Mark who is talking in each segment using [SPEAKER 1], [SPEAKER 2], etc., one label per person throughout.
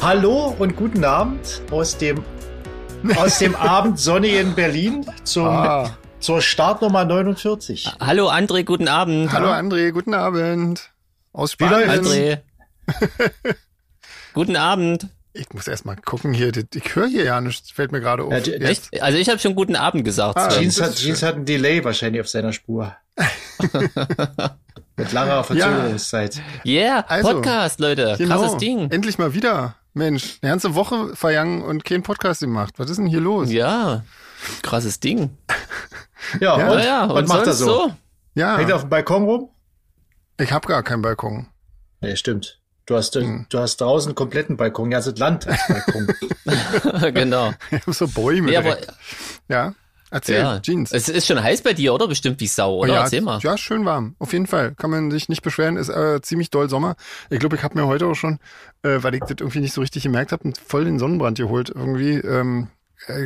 [SPEAKER 1] Hallo und guten Abend aus dem, aus dem Abend sonnigen Berlin zum,
[SPEAKER 2] Ah.
[SPEAKER 1] zur Startnummer 49.
[SPEAKER 3] Hallo André, guten Abend.
[SPEAKER 2] Hallo André, guten Abend. Aus Spanien.
[SPEAKER 1] läuft's?
[SPEAKER 3] André. guten Abend.
[SPEAKER 2] Ich muss erst mal gucken hier. das- Ich höre hier ja nichts, fällt mir gerade auf.
[SPEAKER 1] Ja, die-
[SPEAKER 2] Jetzt-
[SPEAKER 3] Echt? Also ich habe schon guten Abend gesagt.
[SPEAKER 2] Ah,
[SPEAKER 3] Sven.
[SPEAKER 1] Jeans,
[SPEAKER 2] das
[SPEAKER 1] hat,
[SPEAKER 2] ist
[SPEAKER 1] Jeans hat einen Delay wahrscheinlich auf seiner Spur. Mit langer Verzögerungszeit.
[SPEAKER 3] yeah,
[SPEAKER 2] Also, Genau.
[SPEAKER 3] Podcast, Leute. Krasses Ding.
[SPEAKER 2] Endlich mal wieder. Mensch, eine ganze Woche vergangen und kein Podcast gemacht. Was ist denn hier los?
[SPEAKER 3] Ja, krasses Ding.
[SPEAKER 1] Ja,
[SPEAKER 2] Ja,
[SPEAKER 1] und,
[SPEAKER 3] Ja, ja,
[SPEAKER 1] und,
[SPEAKER 3] und,
[SPEAKER 1] macht er
[SPEAKER 3] sonst
[SPEAKER 1] so.
[SPEAKER 3] so?
[SPEAKER 2] Ja,
[SPEAKER 1] Hängt auf dem Balkon rum?
[SPEAKER 2] ich habe gar keinen Balkon.
[SPEAKER 1] Nee, stimmt. Du hast,
[SPEAKER 2] Hm.
[SPEAKER 1] du hast draußen einen kompletten Balkon, ganzes Land als Balkon.
[SPEAKER 3] genau.
[SPEAKER 2] Ich habe so Bäume.
[SPEAKER 3] Ja,
[SPEAKER 2] Ja,
[SPEAKER 3] aber,
[SPEAKER 2] ja? erzähl,
[SPEAKER 3] ja.
[SPEAKER 2] Jeans.
[SPEAKER 3] Es ist schon heiß bei dir, oder? Bestimmt wie Sau, oder?
[SPEAKER 2] ja,
[SPEAKER 3] Erzähl mal.
[SPEAKER 2] ja, schön warm. Auf jeden Fall. Kann man sich nicht beschweren. Ist äh, ziemlich doll Sommer. Ich glaube, ich habe mir heute auch schon, äh, weil ich das irgendwie nicht so richtig gemerkt habe, voll den Sonnenbrand geholt. Irgendwie, ähm,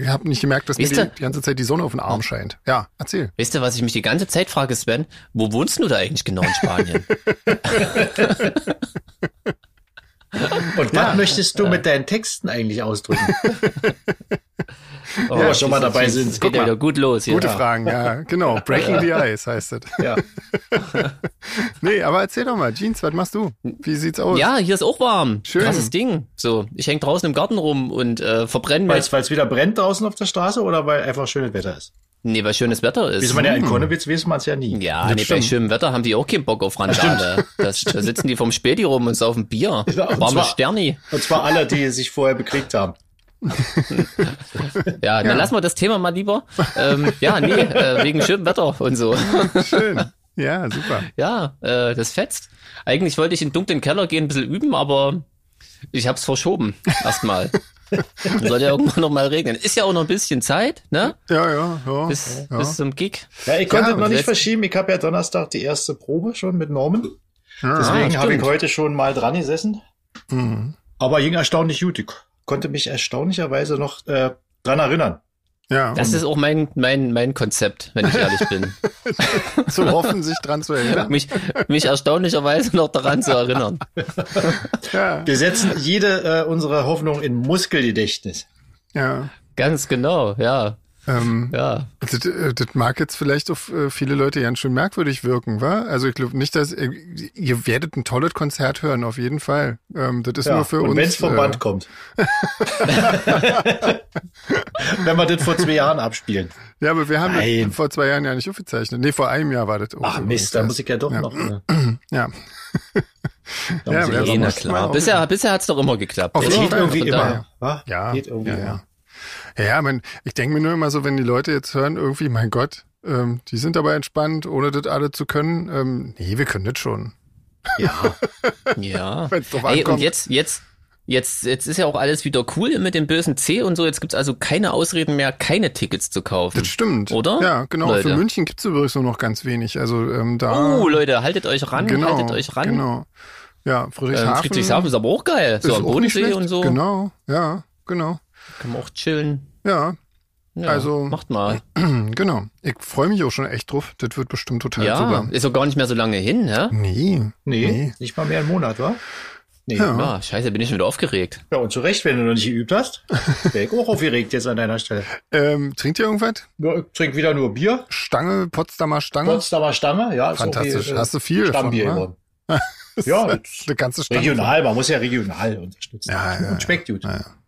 [SPEAKER 2] ich habe nicht gemerkt, dass mir
[SPEAKER 3] Wisst ihr-
[SPEAKER 2] die, die ganze Zeit die Sonne auf den Arm scheint. Ja, erzähl.
[SPEAKER 3] Weißt du, was ich mich die ganze Zeit frage, Sven? Wo wohnst du da eigentlich genau in Spanien?
[SPEAKER 1] Und was möchtest du mit deinen Texten eigentlich ausdrücken?
[SPEAKER 3] Oh,
[SPEAKER 1] wir schon mal
[SPEAKER 3] das-
[SPEAKER 1] dabei
[SPEAKER 3] das
[SPEAKER 1] sind.
[SPEAKER 3] Geht
[SPEAKER 1] Guck
[SPEAKER 3] ja
[SPEAKER 1] mal.
[SPEAKER 3] wieder gut los. hier.
[SPEAKER 2] Gute
[SPEAKER 3] ja.
[SPEAKER 2] Fragen, ja, genau. Breaking the Ice heißt es.
[SPEAKER 1] Ja.
[SPEAKER 2] Nee, aber erzähl doch mal, Jeans, was machst du? Wie sieht's aus?
[SPEAKER 3] Ja, hier ist auch warm.
[SPEAKER 2] Schön.
[SPEAKER 3] Krasses Ding. So, ich häng draußen im Garten rum und äh, verbrenne
[SPEAKER 1] Weil
[SPEAKER 3] mich.
[SPEAKER 1] es wieder brennt draußen auf der Straße oder weil einfach schönes Wetter ist?
[SPEAKER 3] Nee, weil schönes Wetter ist.
[SPEAKER 1] Wie man ja in Konnewitz weiß man es ja nie.
[SPEAKER 3] Ja,
[SPEAKER 2] Das
[SPEAKER 3] nee, bei
[SPEAKER 2] stimmt.
[SPEAKER 3] schönem Wetter haben die auch keinen Bock auf Randale. Das, da sitzen die vom Späti rum und saufen Bier.
[SPEAKER 1] Ja, und
[SPEAKER 3] Warme
[SPEAKER 1] zwar-
[SPEAKER 3] Sterni.
[SPEAKER 1] Und zwar alle, die sich vorher bekriegt haben.
[SPEAKER 3] Ja, dann lassen wir das Thema mal lieber. Ähm, ja, nee, äh, wegen schönem Wetter und so.
[SPEAKER 2] Schön. Ja, super.
[SPEAKER 3] Ja, äh, das fetzt. Eigentlich wollte ich in den dunklen Keller gehen, ein bisschen üben, aber ich hab's verschoben. Erstmal. Dann Soll ja irgendwann noch mal regnen. Ist ja auch noch ein bisschen Zeit, ne?
[SPEAKER 2] Ja, ja, ja.
[SPEAKER 3] Bis,
[SPEAKER 2] ja.
[SPEAKER 3] bis zum Gig.
[SPEAKER 1] Ja, ich konnte
[SPEAKER 2] Ja,
[SPEAKER 1] noch nicht
[SPEAKER 3] jetzt-
[SPEAKER 1] verschieben. Ich habe ja Donnerstag die erste Probe schon mit Norman.
[SPEAKER 2] Ja,
[SPEAKER 1] Deswegen habe ich
[SPEAKER 3] stimmt.
[SPEAKER 1] heute schon mal dran gesessen.
[SPEAKER 2] Mhm.
[SPEAKER 1] Aber ging erstaunlich gut. Ich konnte mich erstaunlicherweise noch äh, dran erinnern.
[SPEAKER 2] ja.
[SPEAKER 3] Das ist auch mein, mein, mein Konzept, wenn ich ehrlich bin.
[SPEAKER 2] um zu hoffen, sich dran zu erinnern.
[SPEAKER 3] Mich, mich erstaunlicherweise noch daran zu erinnern.
[SPEAKER 2] Ja,
[SPEAKER 1] Wir setzen jede äh, unserer Hoffnung in Muskelgedächtnis.
[SPEAKER 2] ja.
[SPEAKER 3] Ganz genau, ja,
[SPEAKER 2] Ähm,
[SPEAKER 3] ja.
[SPEAKER 2] Das, äh, das mag jetzt vielleicht auf äh, viele Leute ganz schön merkwürdig wirken, wa? Also ich glaube nicht, dass äh, ihr werdet ein tolles Konzert hören, auf jeden Fall. Ähm, das ist
[SPEAKER 1] Ja.
[SPEAKER 2] nur für
[SPEAKER 1] Und
[SPEAKER 2] uns. äh.
[SPEAKER 1] wenn es vom Band kommt. wenn wir das vor zwei Jahren abspielen.
[SPEAKER 2] Äh, ja, aber wir haben
[SPEAKER 1] Nein.
[SPEAKER 2] das vor zwei Jahren ja nicht aufgezeichnet. Nee, vor einem Jahr war das.
[SPEAKER 1] Ach Mist, da muss ich ja doch noch. äh,
[SPEAKER 2] Ja.
[SPEAKER 1] da
[SPEAKER 2] Ja,
[SPEAKER 1] muss ich ja
[SPEAKER 2] wer
[SPEAKER 3] Eh,
[SPEAKER 1] doch
[SPEAKER 3] na
[SPEAKER 1] noch.
[SPEAKER 3] klar. Bisher, bisher hat's doch immer geklappt.
[SPEAKER 2] Auf
[SPEAKER 3] Ja,
[SPEAKER 1] Es
[SPEAKER 2] jeden
[SPEAKER 1] geht
[SPEAKER 2] Fall.
[SPEAKER 1] irgendwie
[SPEAKER 3] von daher.
[SPEAKER 1] immer. wa?
[SPEAKER 2] Ja.
[SPEAKER 1] Geht irgendwie
[SPEAKER 2] ja,
[SPEAKER 1] immer.
[SPEAKER 2] ja. Ja, ja, man, ich denke mir nur immer so, wenn die Leute jetzt hören, irgendwie, mein Gott, ähm, die sind aber entspannt, ohne das alle zu können. Ähm, nee, wir können das schon.
[SPEAKER 1] Ja,
[SPEAKER 3] Ja.
[SPEAKER 2] Wenn's drauf
[SPEAKER 3] Ey, und
[SPEAKER 2] ankommt.
[SPEAKER 3] jetzt, jetzt, jetzt, jetzt ist ja auch alles wieder cool mit dem bösen C und so. Jetzt gibt's also keine Ausreden mehr, keine Tickets zu kaufen.
[SPEAKER 2] Das stimmt.
[SPEAKER 3] Oder?
[SPEAKER 2] Ja, genau.
[SPEAKER 3] Leute.
[SPEAKER 2] Für München gibt's übrigens nur noch ganz wenig. Also ähm, da.
[SPEAKER 3] Oh, Leute, haltet euch ran, haltet euch ran.
[SPEAKER 2] Genau. Ja,
[SPEAKER 3] Ähm,
[SPEAKER 2] Friedrichshafen.
[SPEAKER 3] Friedrichshafen ist aber auch geil. So
[SPEAKER 2] ist
[SPEAKER 3] am
[SPEAKER 2] auch nicht
[SPEAKER 3] Bodensee
[SPEAKER 2] schlecht.
[SPEAKER 3] und so.
[SPEAKER 2] Genau, ja, genau.
[SPEAKER 3] Kann man auch chillen.
[SPEAKER 2] Ja,
[SPEAKER 3] Ja,
[SPEAKER 2] Also-
[SPEAKER 3] Macht mal.
[SPEAKER 2] genau. Ich freue mich auch schon echt drauf. Das wird bestimmt total
[SPEAKER 3] Ja,
[SPEAKER 2] super.
[SPEAKER 3] ist doch gar nicht mehr so lange hin, ne?
[SPEAKER 2] Nee.
[SPEAKER 1] nee, nicht mal mehr einen Monat, wa? Nee. Ja.
[SPEAKER 3] Ja, scheiße, bin ich schon wieder aufgeregt.
[SPEAKER 1] und zu Recht, wenn du noch nicht geübt hast. Wäre ich auch aufgeregt jetzt an deiner Stelle.
[SPEAKER 2] Ähm, trinkt ihr irgendwas?
[SPEAKER 1] Ja, ich trinke wieder nur Bier.
[SPEAKER 2] Stange, Potsdamer Stange?
[SPEAKER 1] Potsdamer Stange, ja. Ist
[SPEAKER 2] Fantastisch.
[SPEAKER 1] Auch die, äh,
[SPEAKER 2] Hast du viel
[SPEAKER 1] Stammbier
[SPEAKER 2] davon, ne?
[SPEAKER 1] geworden. ja, jetzt
[SPEAKER 2] Eine ganze Stange.
[SPEAKER 1] regional, man muss ja regional unterstützen.
[SPEAKER 2] Ja, ja,
[SPEAKER 1] und schmeckt gut.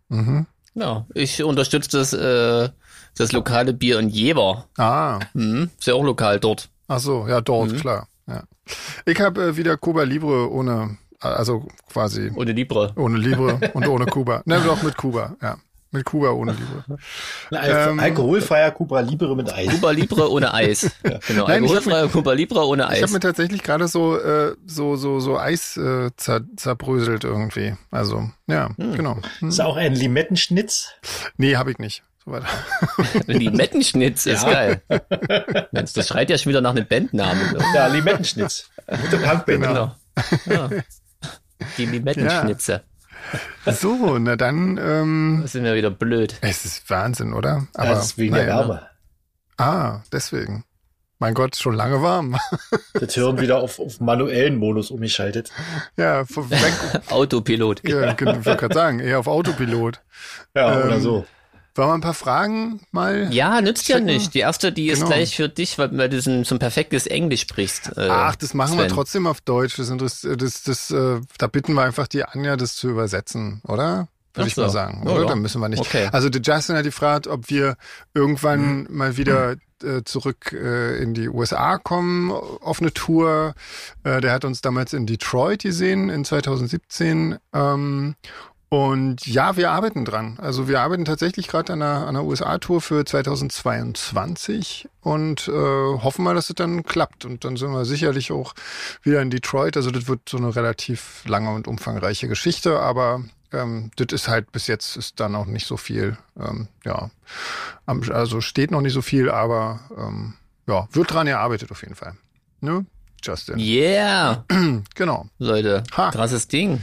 [SPEAKER 2] Mhm.
[SPEAKER 3] Ja, ich unterstütze das, äh, das lokale Bier in Jever.
[SPEAKER 2] Ah,
[SPEAKER 3] Hm, ist ja auch lokal dort.
[SPEAKER 2] ach so, ja, dort,
[SPEAKER 3] Mhm.
[SPEAKER 2] klar. Ja. Ich habe äh, wieder Cuba Libre ohne, also quasi
[SPEAKER 3] Ohne Libre.
[SPEAKER 2] ohne Libre und ohne Kuba. Ne, doch mit Kuba, ja. Mit Kuba ohne Libre.
[SPEAKER 1] Ein Al-
[SPEAKER 2] Ähm,
[SPEAKER 1] alkoholfreier Cobra Libre mit Eis.
[SPEAKER 3] Cuba Libre ohne Eis. Genau,
[SPEAKER 2] Nein, ich hab
[SPEAKER 3] alkoholfreier Cuba Libre ohne
[SPEAKER 2] Ich habe
[SPEAKER 3] Eis.
[SPEAKER 2] mir tatsächlich gerade so, äh, so, so, so Eis äh, zer zerbröselt irgendwie. Also, ja, genau. Hm.
[SPEAKER 1] Ist auch ein Limettenschnitz. Nee,
[SPEAKER 2] Nee, habe ich nicht. So weiter.
[SPEAKER 3] Limettenschnitz ist geil. Mensch, das schreit ja schon wieder nach einem Bandnamen.
[SPEAKER 1] Ja, Limettenschnitz. Mit dem Punkband.
[SPEAKER 3] Genau. Ja. Die Limettenschnitze.
[SPEAKER 2] So, na dann, ähm,
[SPEAKER 3] Das sind ja wieder blöd.
[SPEAKER 2] es ist Wahnsinn, oder?
[SPEAKER 1] Das ist wegen der
[SPEAKER 2] naja.
[SPEAKER 1] Wärme.
[SPEAKER 2] Ah, deswegen. Mein Gott, schon lange warm.
[SPEAKER 1] Das Hirn wieder auf, auf manuellen Modus umgeschaltet.
[SPEAKER 2] ja, von weg.
[SPEAKER 3] Autopilot.
[SPEAKER 2] ja, ich wollte gerade sagen, eher auf Autopilot.
[SPEAKER 1] Ja,
[SPEAKER 2] Ähm,
[SPEAKER 1] oder so.
[SPEAKER 2] Wollen wir ein paar Fragen mal?
[SPEAKER 3] Ja, nützt
[SPEAKER 2] Checken.
[SPEAKER 3] ja nicht. Die erste, die ist
[SPEAKER 2] Genau.
[SPEAKER 3] gleich für dich, weil, weil du so ein, so ein perfektes Englisch sprichst. Äh,
[SPEAKER 2] Ach, das machen wir
[SPEAKER 3] Sven.
[SPEAKER 2] trotzdem auf Deutsch. Das, interess- das, das, äh, da bitten wir einfach die Anja, das zu übersetzen, oder? Würde
[SPEAKER 3] Ach
[SPEAKER 2] ich
[SPEAKER 3] so.
[SPEAKER 2] mal sagen.
[SPEAKER 3] Ja,
[SPEAKER 2] Oder?
[SPEAKER 3] ja.
[SPEAKER 2] Dann müssen wir nicht.
[SPEAKER 3] Okay. Mhm.
[SPEAKER 2] Also der Justin hat gefragt, ob wir irgendwann mal wieder äh, zurück äh, in die USA kommen auf eine Tour. Äh, der hat uns damals in Detroit gesehen in 2017. Ähm, und ja, wir arbeiten dran. Also wir arbeiten tatsächlich gerade an einer, an einer USA-Tour für 2022 und äh, hoffen mal, dass es dann klappt. Und dann sind wir sicherlich auch wieder in Detroit. Also das wird so eine relativ lange und umfangreiche Geschichte, aber ähm, das ist halt bis jetzt ist da noch nicht so viel. Ähm, ja, Am- also steht noch nicht so viel, aber ähm, ja, wird dran gearbeitet auf jeden Fall. Ne? Justin.
[SPEAKER 3] Yeah,
[SPEAKER 2] Genau.
[SPEAKER 3] Leute.
[SPEAKER 2] Ha.
[SPEAKER 3] Krasses Ding.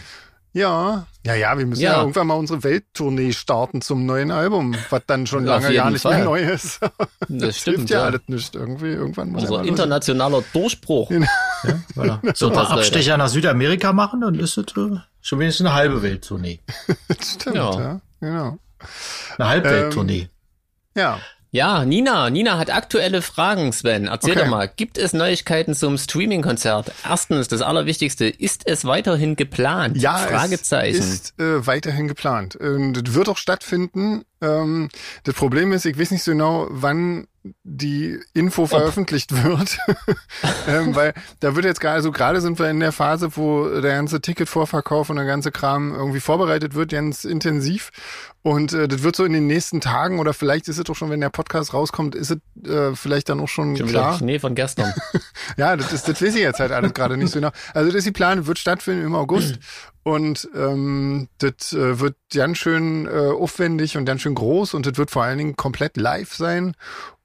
[SPEAKER 2] Ja, ja, ja, wir müssen ja.
[SPEAKER 3] Ja.
[SPEAKER 2] irgendwann mal unsere Welttournee starten zum neuen Album, was dann schon
[SPEAKER 3] Auf
[SPEAKER 2] lange
[SPEAKER 3] jeden
[SPEAKER 2] ja nicht
[SPEAKER 3] Fall.
[SPEAKER 2] mehr neu ist.
[SPEAKER 3] Das
[SPEAKER 2] Hilft
[SPEAKER 3] stimmt,
[SPEAKER 2] ja,
[SPEAKER 3] ja.
[SPEAKER 2] alles nicht irgendwie. Irgendwann muss
[SPEAKER 3] Unser
[SPEAKER 2] ja mal los.
[SPEAKER 3] internationaler Durchbruch.
[SPEAKER 1] Voilà. So ein
[SPEAKER 3] das
[SPEAKER 1] paar
[SPEAKER 3] leider.
[SPEAKER 1] Abstecher nach Südamerika machen, dann ist es äh, schon wenigstens eine halbe Welttournee.
[SPEAKER 2] Stimmt, ja.
[SPEAKER 3] Ja.
[SPEAKER 2] Genau.
[SPEAKER 1] Eine Halbwelttournee.
[SPEAKER 3] Ähm,
[SPEAKER 2] Ja,
[SPEAKER 3] Ja, Nina, Nina hat aktuelle Fragen, Sven. Erzähl
[SPEAKER 2] Okay.
[SPEAKER 3] doch mal, gibt es Neuigkeiten zum Streaming-Konzert? Erstens, das Allerwichtigste, ist es weiterhin geplant?
[SPEAKER 2] ja
[SPEAKER 3] Fragezeichen.
[SPEAKER 2] Es ist äh, weiterhin geplant. Ähm, das wird auch stattfinden. Ähm, das Problem ist, ich weiß nicht so genau, wann die Info veröffentlicht wird. ähm, weil da wird jetzt gerade, also gerade sind wir in der Phase, wo der ganze Ticketvorverkauf und der ganze Kram irgendwie vorbereitet wird, ganz intensiv. Und äh, das wird so in den nächsten Tagen oder vielleicht ist es doch schon, wenn der Podcast rauskommt, ist es äh, vielleicht dann auch schon,
[SPEAKER 3] Schon wieder
[SPEAKER 2] klar.
[SPEAKER 3] Schnee von gestern.
[SPEAKER 2] Ja, das, ist, das weiß ich jetzt halt alles gerade nicht so genau. Also das ist die Plan, wird stattfinden im August. Und ähm, das äh, wird ganz schön äh, aufwendig und ganz schön groß und das wird vor allen Dingen komplett live sein.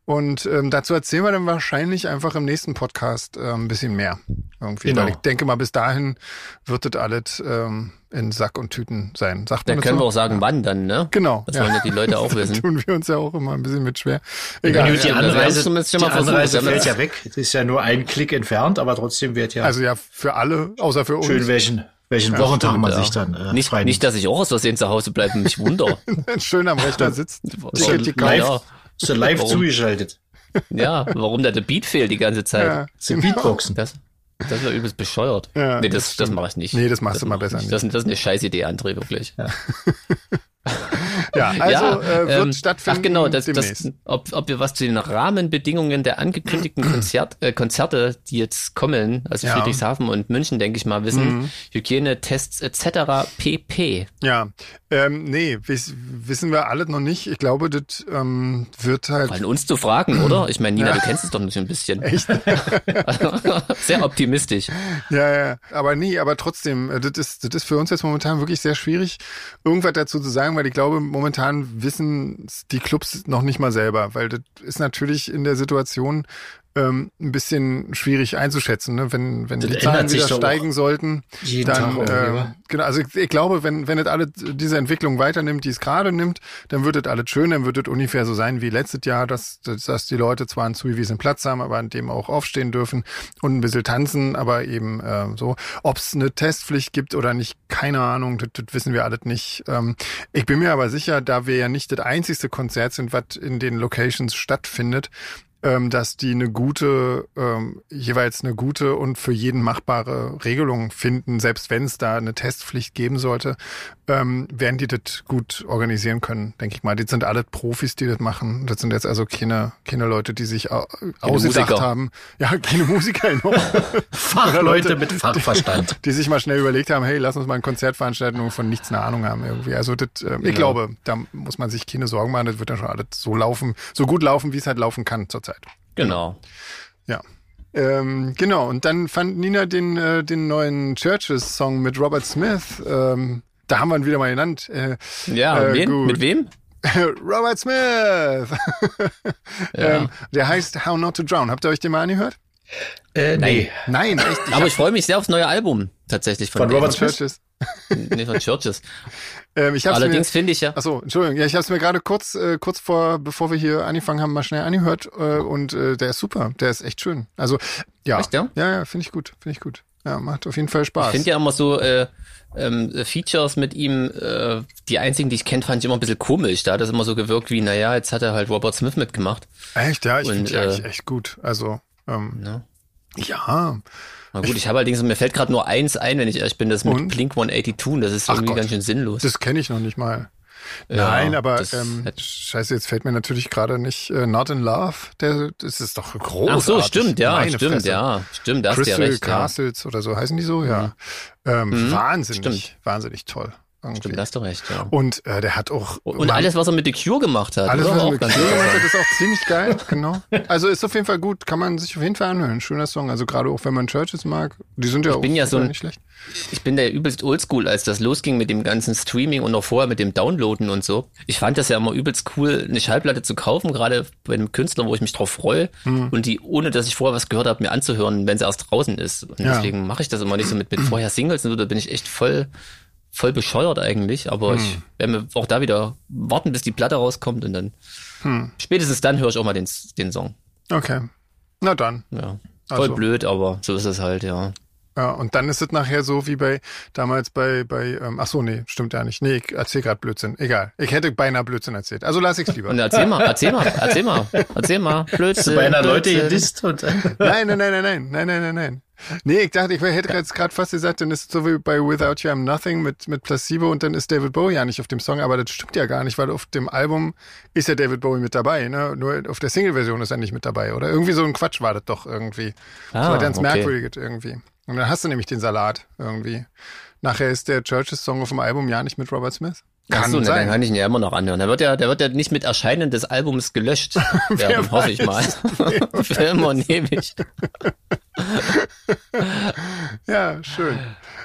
[SPEAKER 2] Und ähm, dazu erzählen wir dann wahrscheinlich einfach im nächsten Podcast äh, ein bisschen mehr. Irgendwie.
[SPEAKER 1] Genau.
[SPEAKER 2] Weil ich denke mal, bis dahin wird das alles ähm, in Sack und Tüten sein. Sagt
[SPEAKER 3] Dann
[SPEAKER 2] man das
[SPEAKER 3] können
[SPEAKER 2] so?
[SPEAKER 3] wir auch sagen, wann dann, ne?
[SPEAKER 2] Genau.
[SPEAKER 3] Das
[SPEAKER 2] ja.
[SPEAKER 3] wollen ja die Leute auch wissen.
[SPEAKER 2] Tun wir uns ja auch immer ein bisschen mit schwer.
[SPEAKER 1] Ja,
[SPEAKER 2] Egal.
[SPEAKER 1] gut, die
[SPEAKER 3] ja, also wir haben's
[SPEAKER 1] Anreise,
[SPEAKER 3] zumindest schon
[SPEAKER 1] die
[SPEAKER 3] mal versucht.
[SPEAKER 1] Anreise
[SPEAKER 3] Wir haben
[SPEAKER 1] fällt
[SPEAKER 3] das-
[SPEAKER 1] ja weg. Es ist ja nur ein Klick entfernt, aber trotzdem wird ja
[SPEAKER 2] Also ja, für alle, außer für uns.
[SPEAKER 1] schön, welchen, welchen Wochentag
[SPEAKER 3] Stimmt,
[SPEAKER 1] man
[SPEAKER 3] ja.
[SPEAKER 1] sich dann äh,
[SPEAKER 3] nicht,
[SPEAKER 1] frei
[SPEAKER 3] nicht, dass ich auch aus Versehen zu Hause bleibe und mich wunder.
[SPEAKER 2] schön am Rechner sitzt. Ticket
[SPEAKER 3] Schon
[SPEAKER 2] gekauft.
[SPEAKER 1] live,
[SPEAKER 3] Ja.
[SPEAKER 1] ist ja live
[SPEAKER 3] Warum?
[SPEAKER 1] zugeschaltet.
[SPEAKER 3] Ja, warum da der Beat fehlt die ganze Zeit.
[SPEAKER 2] Ja.
[SPEAKER 1] Das ist Beatboxen.
[SPEAKER 3] Das, das war übelst bescheuert.
[SPEAKER 2] Ja,
[SPEAKER 3] nee, das, das mache ich nicht.
[SPEAKER 2] Nee, das machst du mal
[SPEAKER 3] mach ich
[SPEAKER 2] besser
[SPEAKER 3] nicht. Das, das ist eine scheiß Idee, André, wirklich. Ja,
[SPEAKER 2] Ja, also äh, wird
[SPEAKER 3] ähm,
[SPEAKER 2] stattfinden.
[SPEAKER 3] Ach genau, das,
[SPEAKER 2] demnächst.
[SPEAKER 3] das, ob, ob wir was zu den Rahmenbedingungen der angekündigten Konzert, äh, Konzerte, die jetzt kommen, also
[SPEAKER 2] Ja. Mhm.
[SPEAKER 3] Friedrichshafen und München, denke ich mal, wissen, Hygiene, Tests etc. pp.
[SPEAKER 2] ja, ähm, nee, wiss, wissen wir alles noch nicht. Ich glaube, das ähm, wird halt.
[SPEAKER 3] Fallen uns zu fragen, oder? Ich meine, Nina, du kennst es doch nicht ein bisschen.
[SPEAKER 2] Echt?
[SPEAKER 3] Sehr optimistisch.
[SPEAKER 2] Ja, ja. Aber nee, aber trotzdem, äh, das ist, das ist für uns jetzt momentan wirklich sehr schwierig, irgendwas dazu zu sagen, weil ich glaube, momentan wissen die Clubs noch nicht mal selber, weil das ist natürlich in der Situation ähm, ein bisschen schwierig einzuschätzen, ne? wenn, wenn
[SPEAKER 1] Das
[SPEAKER 2] die
[SPEAKER 1] ändert
[SPEAKER 2] Zahlen
[SPEAKER 1] sich
[SPEAKER 2] wieder
[SPEAKER 1] doch auch
[SPEAKER 2] steigen sollten.
[SPEAKER 1] Jeden
[SPEAKER 2] dann,
[SPEAKER 1] Tag
[SPEAKER 2] ähm,
[SPEAKER 1] oder?
[SPEAKER 2] genau, also ich, ich glaube, wenn, wenn es alle diese Entwicklung weiternimmt, die es gerade nimmt, dann wird es alles schön, dann wird es ungefähr so sein wie letztes Jahr, dass, dass, dass die Leute zwar einen zugewiesenen Platz haben, aber an dem auch aufstehen dürfen und ein bisschen tanzen, aber eben ähm, so. Ob es eine Testpflicht gibt oder nicht, keine Ahnung, das, das wissen wir alles nicht. Ähm, ich bin mir aber sicher, da wir ja nicht das einzigste Konzert sind, was in den Locations stattfindet, ähm, dass die eine gute, ähm, jeweils eine gute und für jeden machbare Regelung finden, selbst wenn es da eine Testpflicht geben sollte, ähm, werden die das gut organisieren können, denke ich mal. Das sind alle Profis, die das machen. Das sind jetzt also keine, keine Leute, die sich au- ausgedacht
[SPEAKER 3] Musiker.
[SPEAKER 2] haben. Ja, keine Musiker, genau.
[SPEAKER 1] Fachleute mit Fachverstand.
[SPEAKER 2] die sich mal schnell überlegt haben, hey, lass uns mal ein Konzert veranstalten, wo wir von nichts eine Ahnung haben irgendwie. Also das, äh, ich glaube, da muss man sich keine Sorgen machen. Das wird dann schon alles so laufen, so gut laufen, wie es halt laufen kann zurzeit.
[SPEAKER 3] Genau.
[SPEAKER 2] Ja. Ähm, genau, und dann fand Nina den, äh, den neuen Churches-Song mit Robert Smith. Ähm, da haben wir ihn wieder mal genannt. Äh,
[SPEAKER 3] Ja,
[SPEAKER 2] Äh,
[SPEAKER 3] wen?
[SPEAKER 2] gut.
[SPEAKER 3] mit wem?
[SPEAKER 2] Robert Smith! ähm, der heißt How Not to Drown. Habt ihr euch den mal angehört?
[SPEAKER 1] Äh, nee.
[SPEAKER 2] Nein, echt.
[SPEAKER 3] Aber ich freue mich sehr aufs neue Album tatsächlich von,
[SPEAKER 1] Von
[SPEAKER 3] denen.
[SPEAKER 1] Robert Smith?
[SPEAKER 2] Churches.
[SPEAKER 3] Nee, von Churches.
[SPEAKER 2] Ähm, ich hab's
[SPEAKER 3] Allerdings finde ich ja.
[SPEAKER 2] mir, achso, Entschuldigung, ja, ich habe es mir gerade kurz, äh, kurz vor, bevor wir hier angefangen haben, mal schnell angehört äh, und äh, der ist super, der ist echt schön. Also ja,
[SPEAKER 3] Echt, ja?
[SPEAKER 2] ja, ja finde ich gut, finde ich gut. Ja, macht auf jeden Fall Spaß.
[SPEAKER 3] Ich finde ja immer so äh, ähm, Features mit ihm, äh, die einzigen, die ich kenne, fand ich immer ein bisschen komisch. Da hat das immer so gewirkt wie, naja, jetzt hat er halt Robert Smith mitgemacht.
[SPEAKER 2] echt, ja, ich
[SPEAKER 3] Und,
[SPEAKER 2] finde die
[SPEAKER 3] äh,
[SPEAKER 2] eigentlich echt gut. Also ähm,
[SPEAKER 3] Ne?
[SPEAKER 2] ja,
[SPEAKER 3] Na gut, ich habe allerdings, mir fällt gerade nur eins ein, wenn ich ehrlich bin, das mit
[SPEAKER 2] Und?
[SPEAKER 3] Blink 182, und das ist
[SPEAKER 2] Ach
[SPEAKER 3] irgendwie
[SPEAKER 2] Gott.
[SPEAKER 3] ganz schön sinnlos.
[SPEAKER 2] das kenne ich noch nicht mal.
[SPEAKER 3] Ja,
[SPEAKER 2] Nein, aber
[SPEAKER 3] das
[SPEAKER 2] ähm,
[SPEAKER 3] hätte-
[SPEAKER 2] scheiße, jetzt fällt mir natürlich gerade nicht äh, Not in Love. Der, das ist doch großartig.
[SPEAKER 3] Ach so, stimmt, ja,
[SPEAKER 2] Meine
[SPEAKER 3] stimmt,
[SPEAKER 2] Fresse.
[SPEAKER 3] ja, stimmt, da hast du ja
[SPEAKER 2] Crystal
[SPEAKER 3] recht. Ja. Mhm.
[SPEAKER 2] Castles oder so heißen die so, ja. Ähm, Wahnsinnig, wahnsinnig toll. Irgendwie.
[SPEAKER 3] Stimmt, da hast du recht, ja.
[SPEAKER 2] Und äh, der hat auch
[SPEAKER 3] Und
[SPEAKER 2] Mann,
[SPEAKER 3] alles, was er mit The Cure gemacht hat,
[SPEAKER 2] alles
[SPEAKER 3] oder?
[SPEAKER 2] was er
[SPEAKER 3] Auch
[SPEAKER 2] mit
[SPEAKER 3] ganz
[SPEAKER 2] Cure gemacht hat,
[SPEAKER 3] interessant.
[SPEAKER 2] ist auch ziemlich geil, genau. Also ist auf jeden Fall gut, kann man sich auf jeden Fall anhören. Schöner Song, also gerade auch wenn man Churches mag, die sind ja auch
[SPEAKER 3] bin ja so ein-
[SPEAKER 2] nicht schlecht.
[SPEAKER 3] Ich bin da übelst oldschool, als das losging mit dem ganzen Streaming und auch vorher mit dem Downloaden und so. Ich fand das ja immer übelst cool, eine Schallplatte zu kaufen, gerade bei einem Künstler, wo ich mich drauf freue
[SPEAKER 2] Mhm.
[SPEAKER 3] und die, ohne dass ich vorher was gehört habe, mir anzuhören, wenn sie erst draußen ist. Und
[SPEAKER 2] Ja.
[SPEAKER 3] deswegen mache ich das immer nicht so mit, mit vorher Singles und so, da bin ich echt voll, voll bescheuert eigentlich. Aber ich
[SPEAKER 2] Mhm.
[SPEAKER 3] werde mir auch da wieder warten, bis die Platte rauskommt und dann
[SPEAKER 2] Mhm.
[SPEAKER 3] spätestens dann höre ich auch mal den, den Song.
[SPEAKER 2] Okay. Na dann.
[SPEAKER 3] Ja. Voll
[SPEAKER 2] Also.
[SPEAKER 3] blöd, aber so ist es halt, ja.
[SPEAKER 2] Ja, und dann ist es nachher so wie bei damals bei, bei ähm, ach so, nee, stimmt ja nicht. Nee, ich erzähl gerade Blödsinn. Egal. Ich hätte beinahe Blödsinn erzählt. Also lass ich's lieber.
[SPEAKER 3] Und erzähl mal, erzähl mal, erzähl mal, erzähl mal. Blödsinn.
[SPEAKER 1] Bei einer Leute
[SPEAKER 3] Blödsinn.
[SPEAKER 1] gedisst und äh,
[SPEAKER 2] Nein, nein, nein, nein, nein, nein, nein, nein, nein. Nee, ich dachte, ich hätte jetzt gerade fast gesagt, dann ist es so wie bei Without You I'm Nothing mit, mit Placebo und dann ist David Bowie ja nicht auf dem Song, aber das stimmt ja gar nicht, weil auf dem Album ist ja David Bowie mit dabei, ne? Nur auf der Single-Version ist er nicht mit dabei, oder? Irgendwie so ein Quatsch war das doch irgendwie. das
[SPEAKER 3] Ah,
[SPEAKER 2] war ganz
[SPEAKER 3] okay.
[SPEAKER 2] merkwürdig irgendwie. Und dann hast du nämlich den Salat irgendwie. Nachher ist der Churches-Song auf dem Album ja nicht mit Robert Smith.
[SPEAKER 3] Ach
[SPEAKER 2] Kann
[SPEAKER 3] so, ne, dann
[SPEAKER 2] sein.
[SPEAKER 3] kann ich ihn ja immer noch anhören. Der wird ja, der wird ja nicht mit Erscheinen des Albums gelöscht. werden, hoffe ich mal. Für immer und ewig.
[SPEAKER 2] Ja, schön.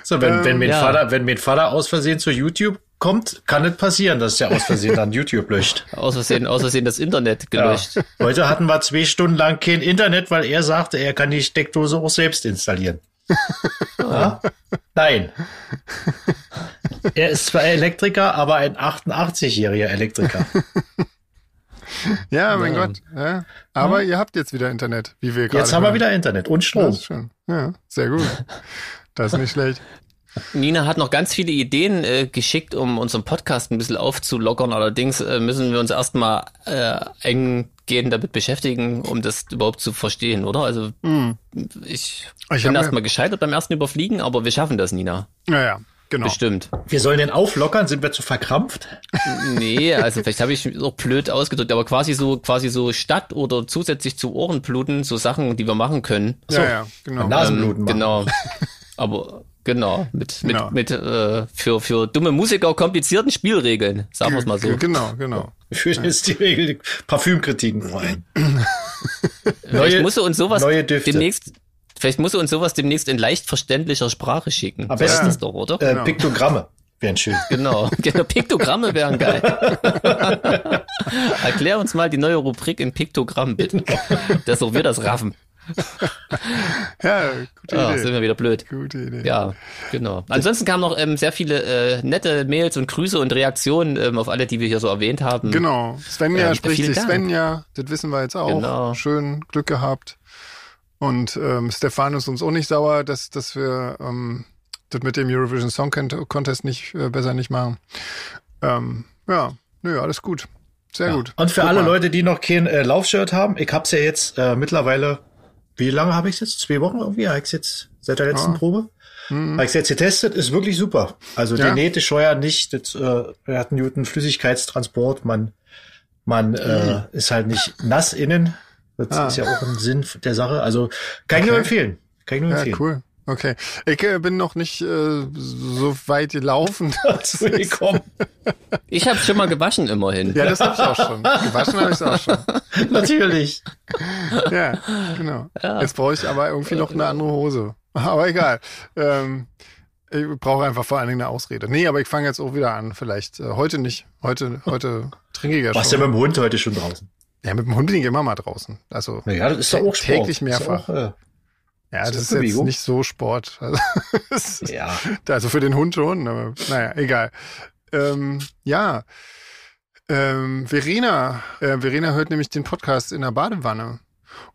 [SPEAKER 1] so, wenn, wenn, mein
[SPEAKER 3] Ähm, ja.
[SPEAKER 1] Vater, wenn mein Vater aus Versehen zu YouTube kommt, kann es passieren, dass der aus Versehen dann YouTube löscht.
[SPEAKER 3] Aus Versehen, aus Versehen das Internet
[SPEAKER 1] Ja.
[SPEAKER 3] gelöscht.
[SPEAKER 1] Heute hatten wir zwei Stunden lang kein Internet, weil er sagte, er kann die Steckdose auch selbst installieren. Ja? Nein. Er ist zwar Elektriker, aber ein 88-jähriger Elektriker.
[SPEAKER 2] Ja, mein Gott. Ja. Aber ihr habt jetzt wieder Internet, wie wir gerade
[SPEAKER 1] Jetzt haben wir
[SPEAKER 2] hören.
[SPEAKER 1] wieder Internet und
[SPEAKER 2] Das
[SPEAKER 3] Oh.
[SPEAKER 1] Strom.
[SPEAKER 2] ist schön. Ja, sehr gut. Das ist nicht schlecht.
[SPEAKER 3] Nina hat noch ganz viele Ideen äh, geschickt, um unseren Podcast ein bisschen aufzulockern. Allerdings äh, müssen wir uns erstmal äh, eingehend damit beschäftigen, um das überhaupt zu verstehen, oder? Also ich,
[SPEAKER 2] Ich hab
[SPEAKER 3] bin
[SPEAKER 2] mir-
[SPEAKER 3] erstmal gescheitert beim ersten Überfliegen, aber wir schaffen das, Nina.
[SPEAKER 2] Naja, genau.
[SPEAKER 3] Bestimmt.
[SPEAKER 1] Wir sollen den auflockern, sind wir zu verkrampft?
[SPEAKER 3] Nee, also vielleicht habe ich auch blöd ausgedrückt, aber quasi so, quasi so Stadt oder zusätzlich zu Ohrenbluten, so Sachen, die wir machen können.
[SPEAKER 2] Ja, ja, genau.
[SPEAKER 1] Na- Nasenbluten machen.
[SPEAKER 3] Genau. Aber genau, mit, mit,
[SPEAKER 2] Genau.
[SPEAKER 3] mit äh, für, für dumme Musiker komplizierten Spielregeln, sagen wir es mal so.
[SPEAKER 2] Genau, genau.
[SPEAKER 1] Für ist die Regel Parfümkritiken rein.
[SPEAKER 3] Vielleicht musst du uns sowas
[SPEAKER 1] neue Düfte.
[SPEAKER 3] demnächst, vielleicht musst du uns sowas demnächst in leicht verständlicher Sprache schicken.
[SPEAKER 1] Am
[SPEAKER 3] So ist
[SPEAKER 1] besten.
[SPEAKER 3] das doch, oder?
[SPEAKER 1] äh, Piktogramme wären schön.
[SPEAKER 3] Genau. genau. Piktogramme wären geil. Erklär uns mal die neue Rubrik in Piktogramm, bitte. Dass auch wir das raffen.
[SPEAKER 2] Ja, gute
[SPEAKER 3] Ah, sind
[SPEAKER 2] Idee.
[SPEAKER 3] wir wieder blöd.
[SPEAKER 2] Gute Idee.
[SPEAKER 3] Ja, genau. Ansonsten kamen noch ähm, sehr viele äh, nette Mails und Grüße und Reaktionen ähm, auf alle, die wir hier so erwähnt haben.
[SPEAKER 2] Genau. Svenja
[SPEAKER 3] Ähm,
[SPEAKER 2] spricht
[SPEAKER 3] vielen
[SPEAKER 2] sich
[SPEAKER 3] Dank.
[SPEAKER 2] Svenja. Das wissen wir jetzt auch.
[SPEAKER 3] Genau.
[SPEAKER 2] Schön, Glück gehabt. Und ähm, Stefan ist uns auch nicht sauer, dass, dass wir ähm, das mit dem Eurovision Song Cont- Contest nicht äh, besser nicht machen. Ähm, ja, nö, alles gut. Sehr gut.
[SPEAKER 1] Und für
[SPEAKER 2] Guck
[SPEAKER 1] alle
[SPEAKER 2] mal.
[SPEAKER 1] Leute, die noch kein äh, Laufshirt haben, ich hab's ja jetzt äh, mittlerweile, wie lange habe ich jetzt? Zwei Wochen irgendwie? Habe ich's jetzt seit der letzten Probe? Habe ich's jetzt getestet, ist wirklich super. Also
[SPEAKER 2] Mhm. Ja.
[SPEAKER 1] die Nähte scheuern nicht, das äh, wir hatten guten Flüssigkeitstransport, man, man äh, ist halt nicht nass innen. Das
[SPEAKER 2] Ah.
[SPEAKER 1] ist ja auch ein Sinn der Sache. Also kann ich nur
[SPEAKER 2] Okay.
[SPEAKER 1] empfehlen. Kann ich nur
[SPEAKER 2] Ja,
[SPEAKER 1] empfehlen.
[SPEAKER 2] cool. Okay. Ich äh, bin noch nicht äh, so weit gelaufen.
[SPEAKER 1] Dazu gekommen.
[SPEAKER 3] Ich habe schon mal gewaschen immerhin.
[SPEAKER 2] Ja, das hab ich auch schon. Gewaschen habe ich auch schon.
[SPEAKER 1] Natürlich.
[SPEAKER 2] Ja, genau. Jetzt brauche ich aber irgendwie noch eine andere Hose. Aber egal. Ähm, ich brauche einfach vor allen Dingen eine Ausrede. Nee, aber ich fange jetzt auch wieder an. Vielleicht äh, heute nicht. Heute, heute trinke ich ja
[SPEAKER 1] Warst ja
[SPEAKER 2] schon.
[SPEAKER 1] mit dem Hund heute schon draußen.
[SPEAKER 2] Ja, mit dem Hund bin ich immer mal draußen. Also
[SPEAKER 1] Naja, das ist doch auch Sport.
[SPEAKER 2] Täglich
[SPEAKER 1] Ist doch
[SPEAKER 2] mehrfach.
[SPEAKER 1] Auch, äh,
[SPEAKER 2] Ja, das ist jetzt nicht so Sport. Also, ist, ja. also für den Hund schon, aber naja, egal. Ähm, ja. Ähm, Verena, äh, Verena hört nämlich den Podcast in der Badewanne.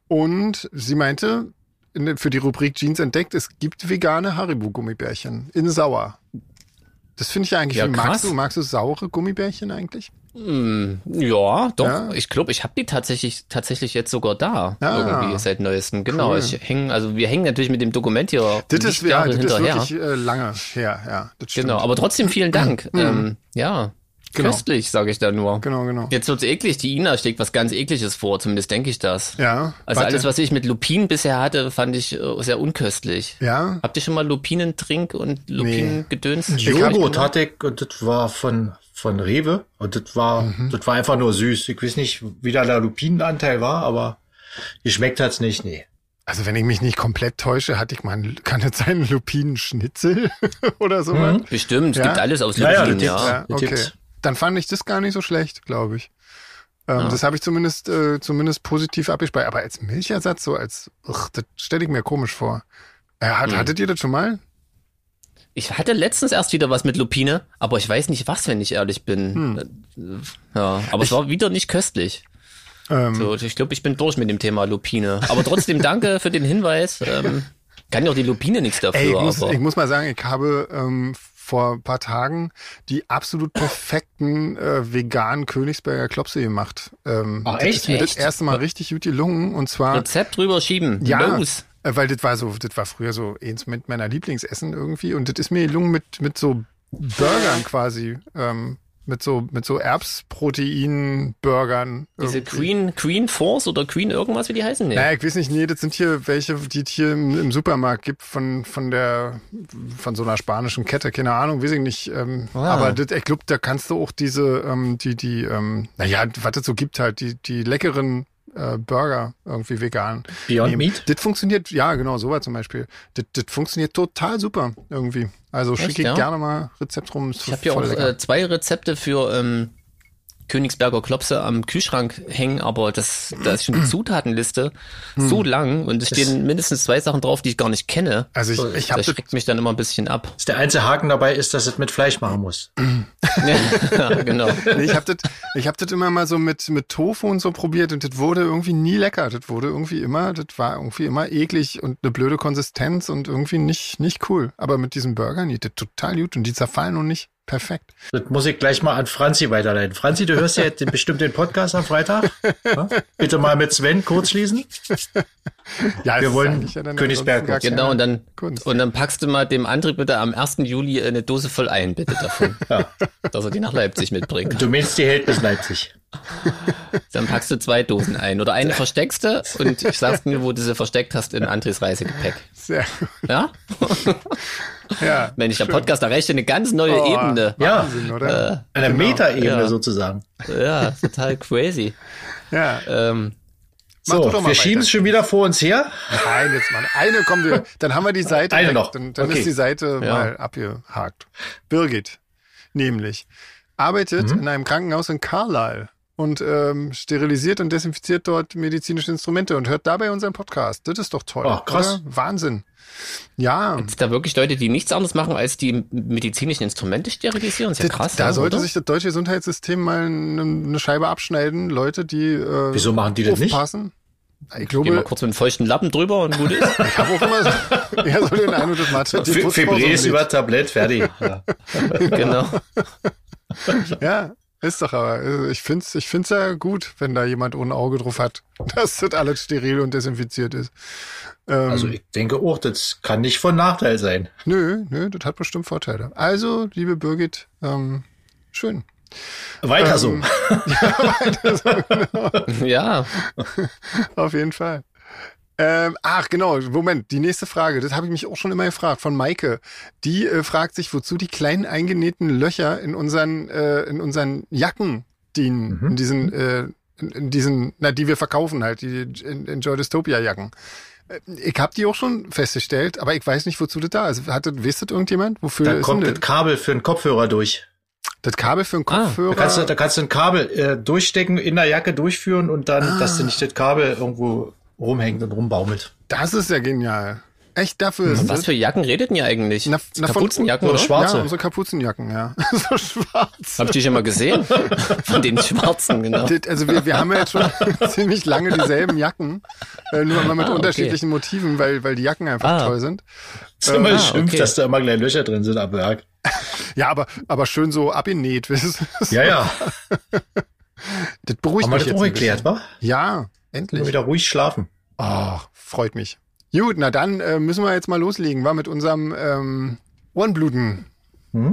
[SPEAKER 2] Und sie meinte, in, für die Rubrik Jeans entdeckt, es gibt vegane Haribo-Gummibärchen in sauer. Das finde ich eigentlich.
[SPEAKER 3] Ja,
[SPEAKER 2] wie, magst
[SPEAKER 3] krass.
[SPEAKER 2] du, magst du saure Gummibärchen eigentlich?
[SPEAKER 3] Hm, ja, doch.
[SPEAKER 2] Ja.
[SPEAKER 3] Ich glaube, ich habe die tatsächlich tatsächlich jetzt sogar da
[SPEAKER 2] Ah,
[SPEAKER 3] irgendwie seit neuestem. Genau.
[SPEAKER 2] cool.
[SPEAKER 3] Ich häng, also wir hängen natürlich mit dem Dokument hier
[SPEAKER 2] Das ist,
[SPEAKER 3] nicht
[SPEAKER 2] ja,
[SPEAKER 3] Jahre
[SPEAKER 2] das ist
[SPEAKER 3] hinterher.
[SPEAKER 2] wirklich äh, lange her, ja. Das stimmt.
[SPEAKER 3] genau. Aber trotzdem vielen Dank. ähm, ja,
[SPEAKER 2] Mhm. Genau.
[SPEAKER 3] köstlich sage ich da nur.
[SPEAKER 2] Genau, genau.
[SPEAKER 3] Jetzt wird's eklig. Die Ina schlägt was ganz ekliges vor. Zumindest denke ich das.
[SPEAKER 2] Ja.
[SPEAKER 3] Also
[SPEAKER 2] warte.
[SPEAKER 3] alles, was ich mit Lupinen bisher hatte, fand ich äh, sehr unköstlich.
[SPEAKER 2] Ja.
[SPEAKER 3] Habt ihr schon mal Lupinentrink und Lupinengedöns?
[SPEAKER 1] Joghurt hatte ich und das war von, von Rewe und das war,
[SPEAKER 2] Mhm.
[SPEAKER 1] das war einfach nur süß. Ich weiß nicht, wie da der Lupinenanteil war, aber geschmeckt hat's nicht, nee.
[SPEAKER 2] Also wenn ich mich nicht komplett täusche, hatte ich mal, einen- kann es sein, Lupinen-Schnitzel oder so. was?
[SPEAKER 3] Bestimmt, es
[SPEAKER 2] Ja.
[SPEAKER 3] gibt alles aus
[SPEAKER 1] Ja, ja,
[SPEAKER 3] Lupinen,
[SPEAKER 1] das
[SPEAKER 3] Mhm. ja.
[SPEAKER 1] gibt's.
[SPEAKER 2] Ja, okay.
[SPEAKER 1] Tipps.
[SPEAKER 2] Dann fand ich das gar nicht so schlecht, glaube ich. Ähm, Das habe ich zumindest, äh, zumindest positiv abgespeichert. Aber als Milchersatz, so als, ugh, das stelle ich mir komisch vor. Äh,
[SPEAKER 3] Mhm.
[SPEAKER 2] hat, Hattet ihr das schon mal?
[SPEAKER 3] Ich hatte letztens erst wieder was mit Lupine, aber ich weiß nicht was, wenn ich ehrlich
[SPEAKER 2] Hm.
[SPEAKER 3] bin. Äh, Ja, aber es war wieder nicht köstlich.
[SPEAKER 2] Ähm,
[SPEAKER 3] So, ich glaube, ich bin durch mit dem Thema Lupine. Aber trotzdem danke für den Hinweis. Ähm, kann ja auch die Lupine nichts dafür,
[SPEAKER 2] Ey, ich, muss,
[SPEAKER 3] aber
[SPEAKER 2] ich muss mal sagen, ich habe ähm, vor ein paar Tagen die absolut perfekten äh, veganen Königsberger Klopse gemacht. Ähm,
[SPEAKER 1] Ach,
[SPEAKER 2] das
[SPEAKER 1] echt?
[SPEAKER 2] Ist mir das
[SPEAKER 3] Echt?
[SPEAKER 2] erste Mal richtig gut gelungen und zwar
[SPEAKER 3] Rezept drüber schieben.
[SPEAKER 2] ja,
[SPEAKER 3] Los.
[SPEAKER 2] äh, weil das war so, das war früher so eins mit meiner Lieblingsessen irgendwie und das ist mir gelungen mit mit so Burgern quasi, ähm, mit so mit so Erbsprotein-Burgern.
[SPEAKER 3] Diese
[SPEAKER 2] irgendwie.
[SPEAKER 3] Queen, Queen Force oder Queen irgendwas, wie die heißen? Nee.
[SPEAKER 2] Naja, ich weiß nicht, nee, das sind hier welche, die es hier im, im Supermarkt gibt von, von der, von so einer spanischen Kette, keine Ahnung, weiß ich nicht. Ähm,
[SPEAKER 3] Ah.
[SPEAKER 2] Aber das, ich glaube, da kannst du auch diese, ähm, die, die, ähm, naja, was es so gibt halt, die, die leckeren äh, Burger irgendwie vegan.
[SPEAKER 1] Beyond
[SPEAKER 2] nehmen.
[SPEAKER 1] Meat?
[SPEAKER 2] Das funktioniert, ja, genau, sowas zum Beispiel. Das, das funktioniert total super irgendwie. Also schicke ich
[SPEAKER 3] ja?
[SPEAKER 2] gerne mal Rezept rum. Ist
[SPEAKER 3] Ich habe ja auch äh, zwei Rezepte für ähm, Königsberger Klopse am Kühlschrank hängen, aber das, da ist schon die Zutatenliste
[SPEAKER 2] Hm.
[SPEAKER 3] so lang und es stehen mindestens zwei Sachen drauf, die ich gar nicht kenne.
[SPEAKER 2] also ich, ich habe
[SPEAKER 3] das schreckt mich dann immer ein bisschen ab.
[SPEAKER 1] Der einzige Haken dabei ist, dass es mit Fleisch machen muss.
[SPEAKER 3] ja, genau.
[SPEAKER 2] Nee, ich habe das ich hab das immer mal so mit, mit Tofu und so probiert und das wurde irgendwie nie lecker. Das wurde irgendwie immer, das war irgendwie immer eklig und eine blöde Konsistenz und irgendwie nicht, nicht cool. Aber mit diesen Burgern, die das total gut und die zerfallen und nicht perfekt.
[SPEAKER 1] Das muss ich gleich mal an Franzi weiterleiten. Franzi, du hörst ja jetzt den- bestimmt den Podcast am Freitag. Ja? Bitte mal mit Sven kurz schließen.
[SPEAKER 2] Ja, das ist
[SPEAKER 1] wollen
[SPEAKER 2] eigentlich dann
[SPEAKER 1] Königsberg.
[SPEAKER 2] ansonsten gar keine
[SPEAKER 3] Genau, und dann,
[SPEAKER 2] Kunst.
[SPEAKER 3] und dann packst du mal dem André bitte am 1. Juli eine Dose voll ein, bitte davon. Dass er die nach Leipzig mitbringt.
[SPEAKER 1] Du meinst, die hält bis Leipzig.
[SPEAKER 3] Dann packst du zwei Dosen ein. Oder eine versteckst du und ich sag's mir, wo du sie versteckt hast, in Andres Reisegepäck.
[SPEAKER 1] Genau.
[SPEAKER 2] Sehr gut.
[SPEAKER 3] Ja?
[SPEAKER 2] Ja,
[SPEAKER 3] Mensch, der Podcast erreicht eine ganz neue
[SPEAKER 2] Oh.
[SPEAKER 3] Ebene.
[SPEAKER 1] Ja,
[SPEAKER 2] Wahnsinn, oder?
[SPEAKER 1] eine Metaebene
[SPEAKER 3] ja.
[SPEAKER 1] sozusagen.
[SPEAKER 3] Ja, total crazy.
[SPEAKER 2] Ja,
[SPEAKER 3] Ähm,
[SPEAKER 2] Mach du
[SPEAKER 1] So,
[SPEAKER 2] doch mal
[SPEAKER 1] wir
[SPEAKER 2] weiter.
[SPEAKER 1] schieben es schon wieder vor uns her.
[SPEAKER 2] nein, jetzt mal. Eine kommen wir. Dann haben wir die Seite.
[SPEAKER 1] Eine
[SPEAKER 2] weg.
[SPEAKER 1] noch.
[SPEAKER 2] Dann, dann
[SPEAKER 1] Okay.
[SPEAKER 2] ist die Seite mal abgehakt. Birgit, nämlich, arbeitet
[SPEAKER 1] Mhm.
[SPEAKER 2] in einem Krankenhaus in Carlisle und ähm, sterilisiert und desinfiziert dort medizinische Instrumente und hört dabei unseren Podcast. Das ist doch toll.
[SPEAKER 1] Ach, Oh, krass.
[SPEAKER 2] Oder? Wahnsinn. Ja.
[SPEAKER 3] sind da wirklich Leute, die nichts anderes machen, als die medizinischen Instrumente sterilisieren? Ist ja
[SPEAKER 2] Das-
[SPEAKER 3] krass.
[SPEAKER 2] da
[SPEAKER 3] ja,
[SPEAKER 2] sollte
[SPEAKER 3] oder?
[SPEAKER 2] sich das deutsche Gesundheitssystem mal eine, eine Scheibe abschneiden. Leute, die äh,
[SPEAKER 1] Wieso machen die das nicht?
[SPEAKER 2] aufpassen. Ich
[SPEAKER 3] Geh mal
[SPEAKER 2] glaube,
[SPEAKER 3] kurz mit einem feuchten Lappen drüber und gut ist.
[SPEAKER 2] ich habe auch immer so, ja, so den einen oder anderen Mathe. die Brustpause
[SPEAKER 1] Fibris
[SPEAKER 2] umlegt.
[SPEAKER 1] über Tablett, fertig. Ja.
[SPEAKER 3] genau.
[SPEAKER 2] Ja, ist doch aber. also Ich find's, ich find's ja gut, wenn da jemand ohne Auge drauf hat, dass das alles steril und desinfiziert ist. Ähm,
[SPEAKER 3] Mhm.
[SPEAKER 1] Also ich denke auch, das kann nicht von Nachteil sein.
[SPEAKER 2] nö, nö, das hat bestimmt Vorteile. Also, liebe Birgit, ähm, schön.
[SPEAKER 1] Weiter so.
[SPEAKER 3] Ähm, Ja.
[SPEAKER 2] Auf jeden Fall. Ähm, ach, genau, Moment, die nächste Frage, das habe ich mich auch schon immer gefragt, von Maike. Die äh, fragt sich, wozu die kleinen eingenähten Löcher in unseren, äh, in unseren Jacken dienen, in diesen, äh, in, in diesen, na, die wir verkaufen halt, die in, in Joy Dystopia Jacken. Äh, Ich habe die auch schon festgestellt, aber ich weiß nicht, wozu das da ist. Hat das, wisst das irgendjemand? Wofür
[SPEAKER 1] Da
[SPEAKER 2] ist
[SPEAKER 1] kommt
[SPEAKER 2] denn
[SPEAKER 1] das Kabel für einen Kopfhörer durch.
[SPEAKER 2] das Kabel für einen
[SPEAKER 3] Ah, da
[SPEAKER 1] Da
[SPEAKER 2] Kopfhörer?
[SPEAKER 1] kannst du, da kannst du ein Kabel äh, durchstecken, in der Jacke
[SPEAKER 3] Ah.
[SPEAKER 1] durchführen und dann, dass du nicht das Kabel irgendwo rumhängt und rumbaumelt.
[SPEAKER 2] das ist ja genial. Echt, dafür ist
[SPEAKER 3] Was
[SPEAKER 2] es.
[SPEAKER 3] für Jacken redet denn ihr eigentlich?
[SPEAKER 2] Na- na, von-
[SPEAKER 3] Kapuzenjacken,
[SPEAKER 1] oder
[SPEAKER 3] oder?
[SPEAKER 1] Schwarz- Schwarze.
[SPEAKER 2] Ja, unsere Kapuzenjacken, ja. so schwarz.
[SPEAKER 3] Hab ich die schon mal gesehen? Von den Schwarzen,
[SPEAKER 1] Ah.
[SPEAKER 3] genau.
[SPEAKER 2] Das- Also wir, wir haben ja jetzt schon ziemlich lange dieselben Jacken, äh, nur immer mit
[SPEAKER 3] Ah, okay.
[SPEAKER 2] unterschiedlichen Motiven, weil, weil die Jacken einfach
[SPEAKER 3] Ah.
[SPEAKER 2] toll sind.
[SPEAKER 1] ist immer
[SPEAKER 3] ah,
[SPEAKER 1] schimpft,
[SPEAKER 3] okay.
[SPEAKER 1] dass da immer gleich Löcher drin sind am Werk.
[SPEAKER 2] Ja, aber, aber schön so abgenäht. wisst ihr?
[SPEAKER 1] Ja, ja.
[SPEAKER 2] Das beruhigt
[SPEAKER 1] Haben wir
[SPEAKER 2] mich
[SPEAKER 1] das
[SPEAKER 2] jetzt
[SPEAKER 1] auch
[SPEAKER 2] ein
[SPEAKER 1] geklärt, wa?
[SPEAKER 2] bisschen. Ja,
[SPEAKER 1] Können wir
[SPEAKER 2] endlich.
[SPEAKER 1] wieder ruhig schlafen.
[SPEAKER 2] Ah, freut mich. Gut, na dann äh, müssen wir jetzt mal loslegen, war mit unserem ähm, Ohrenbluten.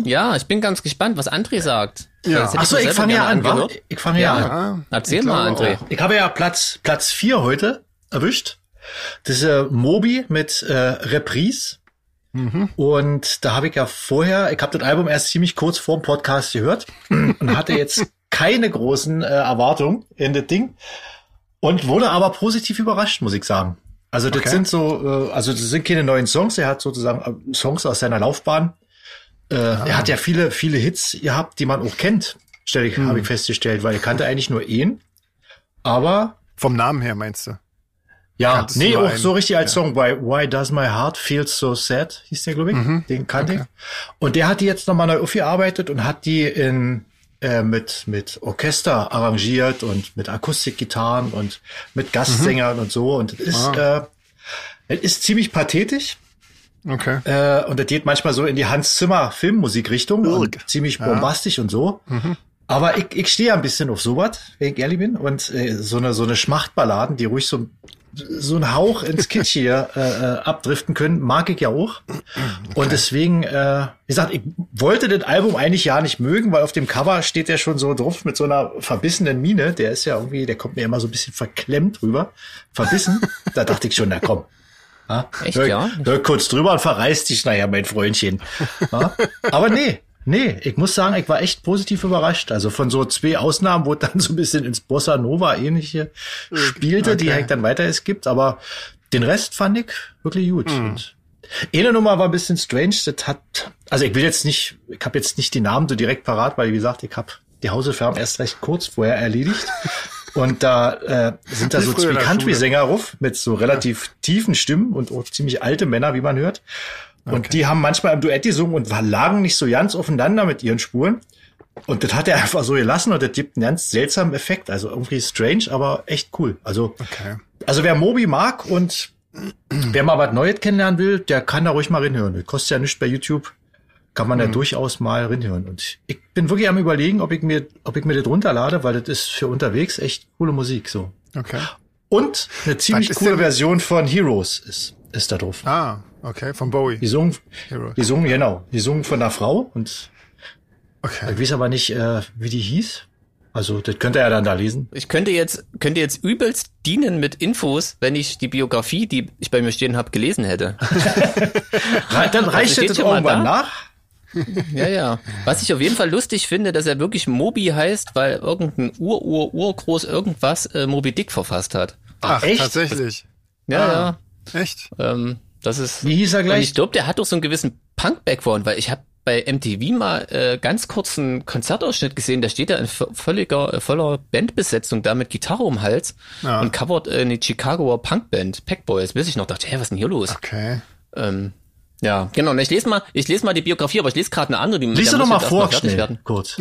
[SPEAKER 3] Ja, ich bin ganz gespannt, was André sagt.
[SPEAKER 2] Ja.
[SPEAKER 3] Das hätte
[SPEAKER 1] Ach so,
[SPEAKER 3] mir
[SPEAKER 1] ich
[SPEAKER 3] selber
[SPEAKER 1] fange ja
[SPEAKER 3] gerne
[SPEAKER 1] an, wa?
[SPEAKER 3] angehört.
[SPEAKER 1] Ich fange ja
[SPEAKER 3] Ja.
[SPEAKER 1] an.
[SPEAKER 2] Ah,
[SPEAKER 3] Erzähl
[SPEAKER 2] ich
[SPEAKER 3] mal,
[SPEAKER 2] glaube
[SPEAKER 3] André.
[SPEAKER 2] auch.
[SPEAKER 1] Ich habe ja Platz, Platz 4 heute erwischt. Das ist äh, Mobi mit äh, Reprise. Und da habe ich ja vorher, ich habe das Album erst ziemlich kurz vor dem Podcast gehört und hatte jetzt keine großen äh, Erwartungen in das Ding und wurde aber positiv überrascht, muss ich sagen. Also das
[SPEAKER 2] Okay.
[SPEAKER 1] sind so, äh, also das sind keine neuen Songs. Er hat sozusagen äh, Songs aus seiner Laufbahn. Äh, Er hat ja viele, viele Hits gehabt, die man auch kennt, stelle ich, habe ich festgestellt, weil er kannte eigentlich nur ihn. Aber
[SPEAKER 2] Vom Namen her meinst du?
[SPEAKER 1] ja,
[SPEAKER 2] Kanntest
[SPEAKER 1] nee,
[SPEAKER 2] du
[SPEAKER 1] auch
[SPEAKER 2] einen?
[SPEAKER 1] so richtig als
[SPEAKER 2] Ja.
[SPEAKER 1] Song bei Why Does My Heart Feel So Sad, hieß der, glaube ich.
[SPEAKER 2] Mhm.
[SPEAKER 1] Den kannte ich. Und der hat die jetzt nochmal neu aufgearbeitet und hat die in äh, mit, mit Orchester arrangiert und mit Akustikgitarren und
[SPEAKER 2] Mhm.
[SPEAKER 1] mit Gastsängern und so. Und es ist,
[SPEAKER 2] Ah.
[SPEAKER 1] äh, es ist ziemlich pathetisch.
[SPEAKER 2] Okay.
[SPEAKER 1] Äh, und das geht manchmal so in die Hans Zimmer Filmmusikrichtung. Und
[SPEAKER 2] Irg.
[SPEAKER 1] ziemlich bombastisch und so. Aber ich, ich stehe ja ein bisschen auf sowas, wenn ich ehrlich bin. Und äh, so eine so eine Schmachtballaden, die ruhig so so einen Hauch ins Kitschige äh, äh, abdriften können, mag ich ja auch. Und deswegen, äh, wie gesagt, ich wollte das Album eigentlich ja nicht mögen, weil auf dem Cover steht der schon so drauf mit so einer verbissenen Miene. Der ist ja irgendwie, der kommt mir immer so ein bisschen verklemmt rüber. Verbissen. da dachte ich schon, na komm. Ja,
[SPEAKER 3] Echt,
[SPEAKER 1] hör,
[SPEAKER 3] ja?
[SPEAKER 1] hör kurz drüber und verreißt dich, naja, mein Freundchen. Ja? Aber nee, nee, ich muss sagen, ich war echt positiv überrascht. Also von so zwei Ausnahmen, wo es dann so ein bisschen ins Bossa Nova ähnliche spielte, die
[SPEAKER 2] Hm, Okay.
[SPEAKER 1] ich dann weiter es gibt, aber den Rest fand ich wirklich gut.
[SPEAKER 2] Hm.
[SPEAKER 1] Und eine Nummer war ein bisschen strange, das hat, also ich will jetzt nicht, ich habe jetzt nicht die Namen so direkt parat, weil wie gesagt, ich habe die Hausaufgaben erst recht kurz vorher erledigt. Und da äh, sind da
[SPEAKER 2] Wie
[SPEAKER 1] so
[SPEAKER 2] früher
[SPEAKER 1] zwei
[SPEAKER 2] in der Schule.
[SPEAKER 1] Country-Sänger ruf mit so relativ tiefen Stimmen und auch ziemlich alte Männer, wie man hört. Und die haben manchmal im Duett gesungen und war- lagen nicht so ganz aufeinander mit ihren Spuren. Und das hat er einfach so gelassen und das gibt einen ganz seltsamen Effekt. Also irgendwie strange, aber echt cool. Also
[SPEAKER 2] Okay.
[SPEAKER 1] also wer Mobi mag und wer mal was Neues kennenlernen will, der kann da ruhig mal reinhören. Das kostet ja nichts bei YouTube. Kann man da durchaus mal reinhören. Und ich bin wirklich am überlegen, ob ich mir, ob ich mir das runterlade, weil das ist für unterwegs echt coole Musik, so.
[SPEAKER 2] Okay.
[SPEAKER 1] Und eine ziemlich
[SPEAKER 2] ist
[SPEAKER 1] coole
[SPEAKER 2] denn-
[SPEAKER 1] Version von Heroes ist, ist da drauf.
[SPEAKER 2] Ah, okay. Von
[SPEAKER 1] Die
[SPEAKER 2] Bowie.
[SPEAKER 1] sungen,
[SPEAKER 2] Heroes.
[SPEAKER 1] die sungen, genau, die sungen von einer Frau und
[SPEAKER 2] Okay.
[SPEAKER 1] ich weiß aber nicht, äh, wie die hieß. Also, das könnt ihr ja dann da lesen.
[SPEAKER 3] Ich könnte jetzt, könnte jetzt übelst dienen mit Infos, wenn ich die Biografie, die ich bei mir stehen habe, gelesen hätte.
[SPEAKER 1] Re dann reicht
[SPEAKER 3] steht
[SPEAKER 1] das
[SPEAKER 3] schon mal
[SPEAKER 1] irgendwann
[SPEAKER 3] da?
[SPEAKER 1] nach.
[SPEAKER 3] Ja, ja. Was ich auf jeden Fall lustig finde, dass er wirklich Moby heißt, weil irgendein Ur-Ur-Urgroß irgendwas äh, Moby Dick verfasst hat.
[SPEAKER 2] Ach,
[SPEAKER 1] echt?
[SPEAKER 2] tatsächlich.
[SPEAKER 3] Ja,
[SPEAKER 2] Echt?
[SPEAKER 3] ja. Ähm, das ist.
[SPEAKER 1] Ah. Wie hieß er
[SPEAKER 3] Und
[SPEAKER 1] gleich?
[SPEAKER 3] ich glaube, der hat doch so einen gewissen Punk-Background, weil ich habe bei MTV mal äh, ganz kurzen Konzertausschnitt gesehen, da steht er in v- völliger, äh, voller Bandbesetzung da mit Gitarre um den Hals
[SPEAKER 2] Ja.
[SPEAKER 3] und covert äh, eine Chicagoer Punkband, Packboys, bis ich noch dachte, hä, was ist denn hier los?
[SPEAKER 2] Okay.
[SPEAKER 1] Ah.
[SPEAKER 3] Ähm, ja, genau. Und ich lese mal, ich lese mal die Biografie, aber ich lese gerade eine andere, die mit
[SPEAKER 1] Lies
[SPEAKER 3] der
[SPEAKER 1] doch noch
[SPEAKER 3] muss
[SPEAKER 1] mal
[SPEAKER 3] ich jetzt
[SPEAKER 1] vor, schnell,
[SPEAKER 3] erst fertig werden.
[SPEAKER 1] kurz.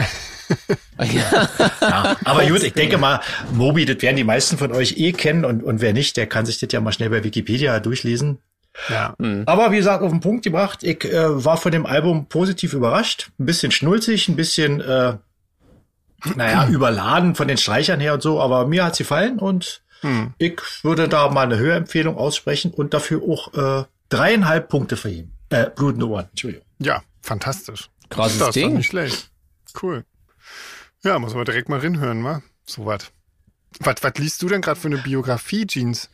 [SPEAKER 3] Ja.
[SPEAKER 1] Ja, aber gut, ich denke mal, Mobi, das werden die meisten von euch eh kennen und, und wer nicht, der kann sich das ja mal schnell bei Wikipedia durchlesen.
[SPEAKER 2] Ja.
[SPEAKER 3] Hm.
[SPEAKER 1] Aber wie gesagt, auf den Punkt gebracht, ich äh, war von dem Album positiv überrascht. Ein bisschen schnulzig, ein bisschen, äh, naja, überladen von den Streichern her und so, aber mir hat's gefallen und
[SPEAKER 3] Hm.
[SPEAKER 1] ich würde da mal eine Hörempfehlung aussprechen und dafür auch äh, dreieinhalb Punkte vergeben. Äh, blutende Ohren, Entschuldigung.
[SPEAKER 2] Ja, fantastisch.
[SPEAKER 3] Krasses
[SPEAKER 2] das Ist
[SPEAKER 3] Ding.
[SPEAKER 2] doch nicht schlecht. Cool. Ja, muss man direkt mal rinhören, wa? So was. Was was liest du denn gerade für eine Biografie, Jeans?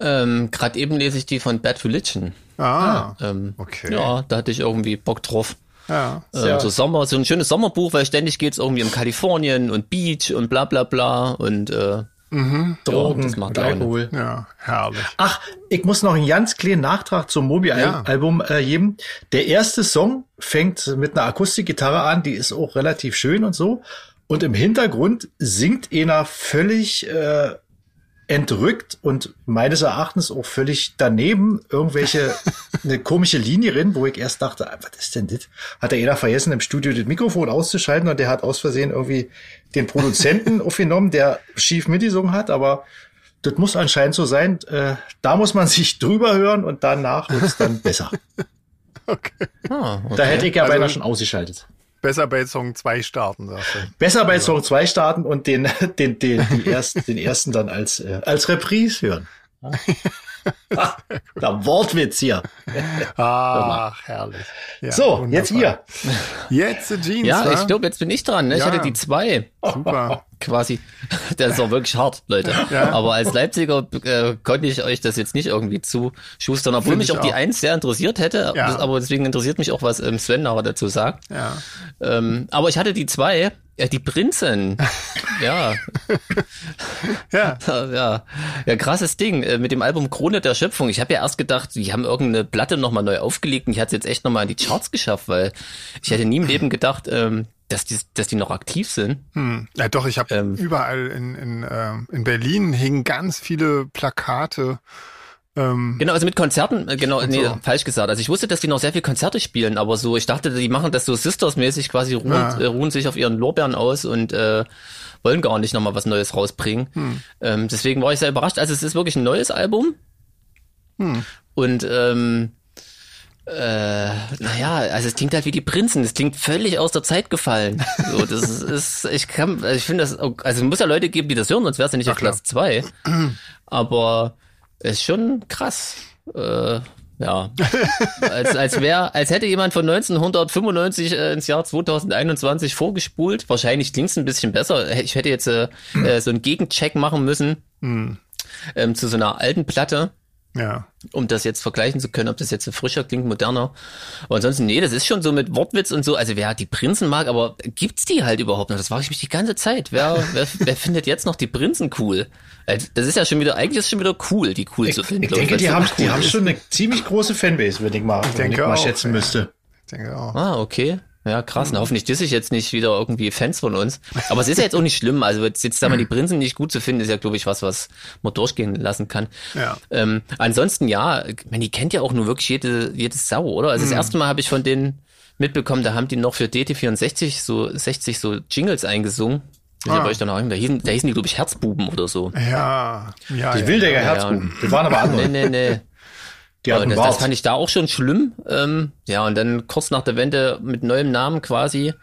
[SPEAKER 3] ähm, gerade eben lese ich die von Bad Religion.
[SPEAKER 2] Ah,
[SPEAKER 3] Ähm,
[SPEAKER 2] okay.
[SPEAKER 3] Ja, da hatte ich irgendwie Bock drauf.
[SPEAKER 2] ja.
[SPEAKER 3] Ähm, so Sommer, so ein schönes Sommerbuch, weil ständig geht's irgendwie um Kalifornien und Beach und bla bla bla und äh,
[SPEAKER 2] Mhm.
[SPEAKER 1] Drogen,
[SPEAKER 3] das
[SPEAKER 1] und
[SPEAKER 3] macht Laune.
[SPEAKER 1] Alkohol.
[SPEAKER 2] Ja, herrlich.
[SPEAKER 1] Ach, ich muss noch einen ganz kleinen Nachtrag zum
[SPEAKER 2] Ja.
[SPEAKER 1] Mobi-Album äh, geben. Der erste Song fängt mit einer Akustikgitarre an, die ist auch relativ schön und so. Und im Hintergrund singt einer völlig äh, entrückt und meines Erachtens auch völlig daneben irgendwelche eine komische Linie rein, wo ich erst dachte, ah, was ist denn das? Hat der jeder vergessen, im Studio das Mikrofon auszuschalten und der hat aus Versehen irgendwie den Produzenten aufgenommen, der schief mitgesungen hat, aber das muss anscheinend so sein. Äh, da muss man sich drüber hören und danach wird's dann besser.
[SPEAKER 2] Okay.
[SPEAKER 3] Ah, okay.
[SPEAKER 1] Da hätte ich ja
[SPEAKER 2] Also-
[SPEAKER 1] beinahe schon ausgeschaltet.
[SPEAKER 2] Besser bei Song 2 starten, sagst du.
[SPEAKER 1] Besser bei Song 2 starten und den, den, den, die ersten, den ersten dann als, äh, als Reprise hören. Ah, da Wortwitz hier.
[SPEAKER 2] Ach, herrlich. Ja,
[SPEAKER 1] so, jetzt
[SPEAKER 2] wunderbar.
[SPEAKER 1] ihr.
[SPEAKER 2] Jetzt die Jeans.
[SPEAKER 3] Ja,
[SPEAKER 2] wa?
[SPEAKER 3] ich glaube, jetzt bin ich dran. Ne? Ich
[SPEAKER 2] Ja.
[SPEAKER 3] hatte die zwei
[SPEAKER 2] Super.
[SPEAKER 3] quasi. Das ist doch wirklich hart, Leute.
[SPEAKER 2] Ja.
[SPEAKER 3] Aber als Leipziger äh, konnte ich euch das jetzt nicht irgendwie zuschustern, obwohl
[SPEAKER 2] Find
[SPEAKER 3] mich
[SPEAKER 2] ich
[SPEAKER 3] auch die
[SPEAKER 2] auch.
[SPEAKER 3] Eins sehr interessiert hätte.
[SPEAKER 2] Ja.
[SPEAKER 3] Aber deswegen interessiert mich auch, was ähm, Sven nachher dazu sagt.
[SPEAKER 2] Ja.
[SPEAKER 3] Ähm, aber ich hatte die zwei, äh, die Prinzen. ja,
[SPEAKER 2] Ja.
[SPEAKER 3] ja, ja, krasses Ding äh, mit dem Album Krone der Schöpfung. Ich habe ja erst gedacht, die haben irgendeine Platte nochmal neu aufgelegt und die hat es jetzt echt nochmal in die Charts geschafft, weil ich hätte nie im Leben gedacht, ähm, dass, die, dass die noch aktiv sind.
[SPEAKER 2] Hm. ja, doch, ich habe
[SPEAKER 3] Ähm.
[SPEAKER 2] überall in, in, ähm, in Berlin hingen ganz viele Plakate. Ähm,
[SPEAKER 3] Genau, also mit Konzerten, äh, genau, nee,
[SPEAKER 2] so.
[SPEAKER 3] falsch gesagt. Also ich wusste, dass die noch sehr viel Konzerte spielen, aber so, ich dachte, die machen das so Sisters-mäßig quasi, ruhen,
[SPEAKER 2] Ja.
[SPEAKER 3] äh, ruhen sich auf ihren Lorbeeren aus und äh, wollen gar nicht nochmal was Neues rausbringen.
[SPEAKER 2] Hm.
[SPEAKER 3] Ähm, deswegen war ich sehr überrascht. Also es ist wirklich ein neues Album.
[SPEAKER 2] Hm.
[SPEAKER 3] Und ähm, äh, naja, also es klingt halt wie die Prinzen. Es klingt völlig aus der Zeit gefallen. So, das ist, ist ich kann, also ich finde das, auch- also es muss ja Leute geben, die das hören, sonst wäre es ja nicht auf
[SPEAKER 2] klar.
[SPEAKER 3] Platz zwei. Aber es ist schon krass. Äh, ja, als, als wäre, als hätte jemand von 1995 äh, ins Jahr 2021 vorgespult. Wahrscheinlich klingt's ein bisschen besser. Ich hätte jetzt äh, äh, so einen Gegencheck machen müssen ähm, zu so einer alten Platte
[SPEAKER 2] ja.
[SPEAKER 3] um das jetzt vergleichen zu können, ob das jetzt frischer klingt, moderner. Aber ansonsten, nee, das ist schon so mit Wortwitz und so. Also wer die Prinzen mag, aber gibt's die halt überhaupt noch? Das frage ich mich die ganze Zeit. Wer, wer, wer findet jetzt noch die Prinzen cool? Also, Das ist ja schon wieder, eigentlich ist es schon wieder cool, die cool
[SPEAKER 1] Ich,
[SPEAKER 3] zu finden.
[SPEAKER 1] ich
[SPEAKER 3] glaub
[SPEAKER 1] denke,
[SPEAKER 3] weil
[SPEAKER 1] die
[SPEAKER 3] es
[SPEAKER 1] haben,
[SPEAKER 3] so cool
[SPEAKER 1] die haben
[SPEAKER 3] ist.
[SPEAKER 1] schon eine ziemlich große Fanbase, wenn ich mal, wenn ich
[SPEAKER 2] denke
[SPEAKER 1] mal
[SPEAKER 2] auch,
[SPEAKER 1] schätzen
[SPEAKER 2] ja.
[SPEAKER 1] müsste.
[SPEAKER 2] Ich denke auch.
[SPEAKER 3] Ah, okay. Ja, krass.
[SPEAKER 2] Mhm.
[SPEAKER 3] Na, hoffentlich disse ich jetzt nicht wieder irgendwie Fans von uns. Aber es ist ja jetzt auch nicht schlimm. Also jetzt, jetzt sagen wir, die
[SPEAKER 2] Mhm.
[SPEAKER 3] Prinzen nicht gut zu finden, ist ja, glaube ich, was, was man durchgehen lassen kann.
[SPEAKER 2] Ja.
[SPEAKER 3] Ähm, ansonsten, ja, man, die kennt ja auch nur wirklich jede, jedes Sau, oder?
[SPEAKER 2] Mhm.
[SPEAKER 3] Also das erste Mal habe ich von denen mitbekommen, da haben die noch für DT64 so 60 so Jingles eingesungen. Ich weiß nicht,
[SPEAKER 2] Ah.
[SPEAKER 3] ob euch da noch irgend- da hießen, da hießen die, glaube ich, Herzbuben oder so.
[SPEAKER 2] Ja. Ja.
[SPEAKER 1] Die
[SPEAKER 2] ja.
[SPEAKER 1] Wildecker
[SPEAKER 3] ja.
[SPEAKER 1] Herzbuben. Die waren aber
[SPEAKER 3] Nee,
[SPEAKER 1] andere.
[SPEAKER 3] nee, nee.
[SPEAKER 1] Die
[SPEAKER 3] Ja,
[SPEAKER 1] hatten
[SPEAKER 3] das, das
[SPEAKER 1] Bart.
[SPEAKER 3] fand ich da auch schon schlimm. Ähm, ja, und dann kurz nach der Wende mit neuem Namen quasi.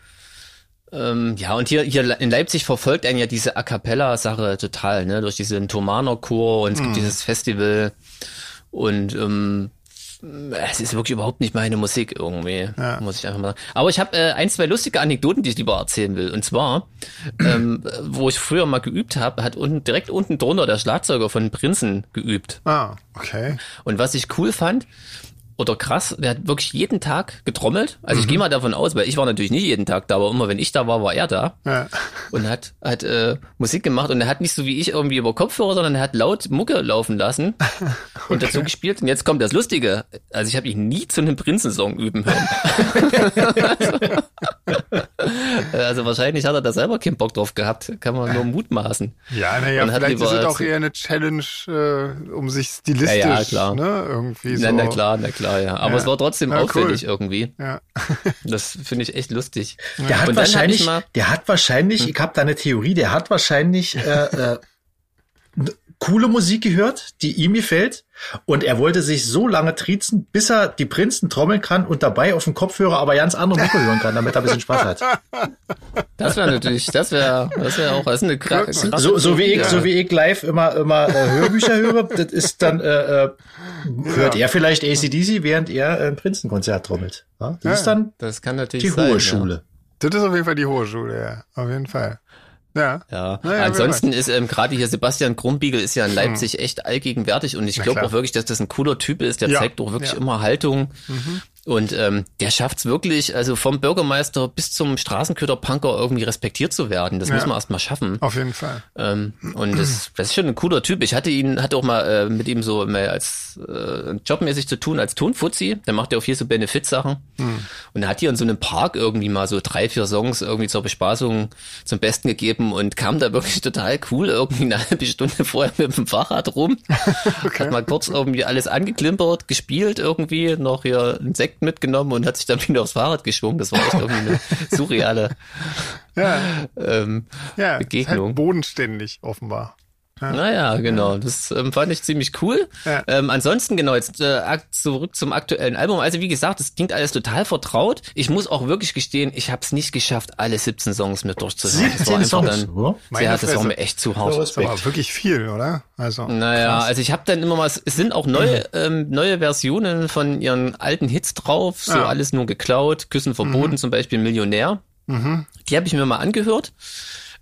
[SPEAKER 3] Ähm, ja, und hier, hier in Leipzig verfolgt einen ja diese A Cappella-Sache total, ne? Durch diesen Thomaner-Chor und es
[SPEAKER 1] Mhm.
[SPEAKER 3] gibt dieses Festival. Und ähm, es ist wirklich überhaupt nicht meine Musik irgendwie,
[SPEAKER 2] Ja.
[SPEAKER 3] muss ich einfach mal sagen. Aber ich habe äh, ein, zwei lustige Anekdoten, die ich lieber erzählen will. Und zwar, ähm, wo ich früher mal geübt habe, hat unten direkt unten drunter der Schlagzeuger von Prinzen geübt.
[SPEAKER 2] Ah, okay.
[SPEAKER 3] Und was ich cool fand, oder krass, der hat wirklich jeden Tag getrommelt. Also
[SPEAKER 2] Mhm.
[SPEAKER 3] ich gehe mal davon aus, weil ich war natürlich nicht jeden Tag da, aber immer wenn ich da war, war er da
[SPEAKER 2] Ja.
[SPEAKER 3] und hat, hat äh, Musik gemacht und er hat nicht so wie ich irgendwie über Kopfhörer, sondern er hat laut Mucke laufen lassen und dazu gespielt. Und jetzt kommt das Lustige. Also ich habe ihn nie zu einem Prinzensong üben hören. also, also wahrscheinlich hat er da selber keinen Bock drauf gehabt. Kann man nur mutmaßen.
[SPEAKER 2] Ja, naja,
[SPEAKER 3] Und hat
[SPEAKER 2] vielleicht ist
[SPEAKER 3] lieber
[SPEAKER 2] es auch
[SPEAKER 3] zu-
[SPEAKER 2] eher eine Challenge, äh, um sich stilistisch,
[SPEAKER 3] Ja, ja, klar.
[SPEAKER 2] ne, irgendwie so.
[SPEAKER 3] Na, na klar, na klar, ja. Aber
[SPEAKER 2] Ja.
[SPEAKER 3] es war trotzdem
[SPEAKER 2] Na, cool.
[SPEAKER 3] auffällig irgendwie.
[SPEAKER 2] Ja.
[SPEAKER 3] Das finde ich echt lustig.
[SPEAKER 1] Der hat
[SPEAKER 3] Und dann hab ich
[SPEAKER 1] wahrscheinlich,
[SPEAKER 3] mal- Hm?
[SPEAKER 1] der hat wahrscheinlich, ich habe da eine Theorie, der hat wahrscheinlich äh, äh, n- coole Musik gehört, die ihm gefällt und er wollte sich so lange triezen, bis er die Prinzen trommeln kann und dabei auf dem Kopfhörer aber ganz andere Mucke hören kann, damit er ein bisschen Spaß hat.
[SPEAKER 3] Das wäre natürlich, das wäre, das wäre auch, das ist eine kra- krasse.
[SPEAKER 1] So, so wie ich,
[SPEAKER 3] Ja.
[SPEAKER 1] so wie ich live immer immer äh, Hörbücher höre, das ist dann äh, äh, hört er vielleicht ACDC, während er äh, ein Prinzenkonzert trommelt. Ja? Das
[SPEAKER 2] Ja,
[SPEAKER 1] ist dann
[SPEAKER 3] Das kann natürlich
[SPEAKER 1] die
[SPEAKER 3] sein.
[SPEAKER 1] hohe Schule.
[SPEAKER 2] Das ist auf jeden Fall die hohe Schule, ja. Auf jeden Fall. Ja.
[SPEAKER 3] Ja.
[SPEAKER 2] Naja, wer Hm.
[SPEAKER 3] Ja, Ansonsten ist ähm, gerade hier Sebastian Krumbiegel ist ja in Leipzig echt allgegenwärtig und ich
[SPEAKER 2] Na
[SPEAKER 3] glaube
[SPEAKER 2] klar.
[SPEAKER 3] auch wirklich, dass das ein cooler Typ ist. Der
[SPEAKER 2] Ja. Mhm.
[SPEAKER 3] zeigt auch wirklich
[SPEAKER 2] Ja.
[SPEAKER 3] immer Haltung Und ähm, der schafft es wirklich, also vom Bürgermeister bis zum Straßenköder-Punker irgendwie respektiert zu werden. Das
[SPEAKER 2] Ja.
[SPEAKER 3] muss man erst mal schaffen.
[SPEAKER 2] Auf jeden Fall.
[SPEAKER 3] Ähm, und das, das ist schon ein cooler Typ. Ich hatte ihn, hatte auch mal äh, mit ihm so mal als äh, jobmäßig zu tun, als Tonfuzzi. Der macht ja auch hier so Benefit-Sachen. Und er hat hier in so einem Park irgendwie mal so drei, vier Songs irgendwie zur Bespaßung zum Besten gegeben und kam da wirklich total cool irgendwie eine halbe Stunde vorher mit dem Fahrrad rum. Hat mal kurz irgendwie alles angeklimpert, gespielt irgendwie, noch hier einen Sekt mitgenommen und hat sich dann wieder aufs Fahrrad geschwungen. Das war echt irgendwie eine surreale
[SPEAKER 2] Ja,
[SPEAKER 3] ähm,
[SPEAKER 2] ja.
[SPEAKER 3] Begegnung.
[SPEAKER 2] Ist halt bodenständig, offenbar.
[SPEAKER 3] Naja, genau. Das ähm, fand ich ziemlich cool.
[SPEAKER 2] Ja.
[SPEAKER 3] Ähm, ansonsten, genau, jetzt äh, ak- zurück zum aktuellen Album. Also, wie gesagt, es klingt alles total vertraut. Ich muss auch wirklich gestehen, ich habe es nicht geschafft, alle 17 Songs mit durchzuhören. Das war
[SPEAKER 1] 17
[SPEAKER 3] einfach
[SPEAKER 1] Songs.
[SPEAKER 3] dann.
[SPEAKER 1] oder?
[SPEAKER 2] Meine
[SPEAKER 3] ja, das war
[SPEAKER 2] Fresse.
[SPEAKER 3] mir echt zu hart.
[SPEAKER 1] So
[SPEAKER 2] Ist aber
[SPEAKER 1] Respekt.
[SPEAKER 2] wirklich viel, oder? Also,
[SPEAKER 3] Naja, also ich habe dann immer mal, es sind auch neue,
[SPEAKER 2] Mhm.
[SPEAKER 3] ähm, neue Versionen von ihren alten Hits drauf, so
[SPEAKER 2] Ja. Mhm.
[SPEAKER 3] alles nur geklaut, Küssen verboten, zum Beispiel Millionär. Die habe ich mir mal angehört.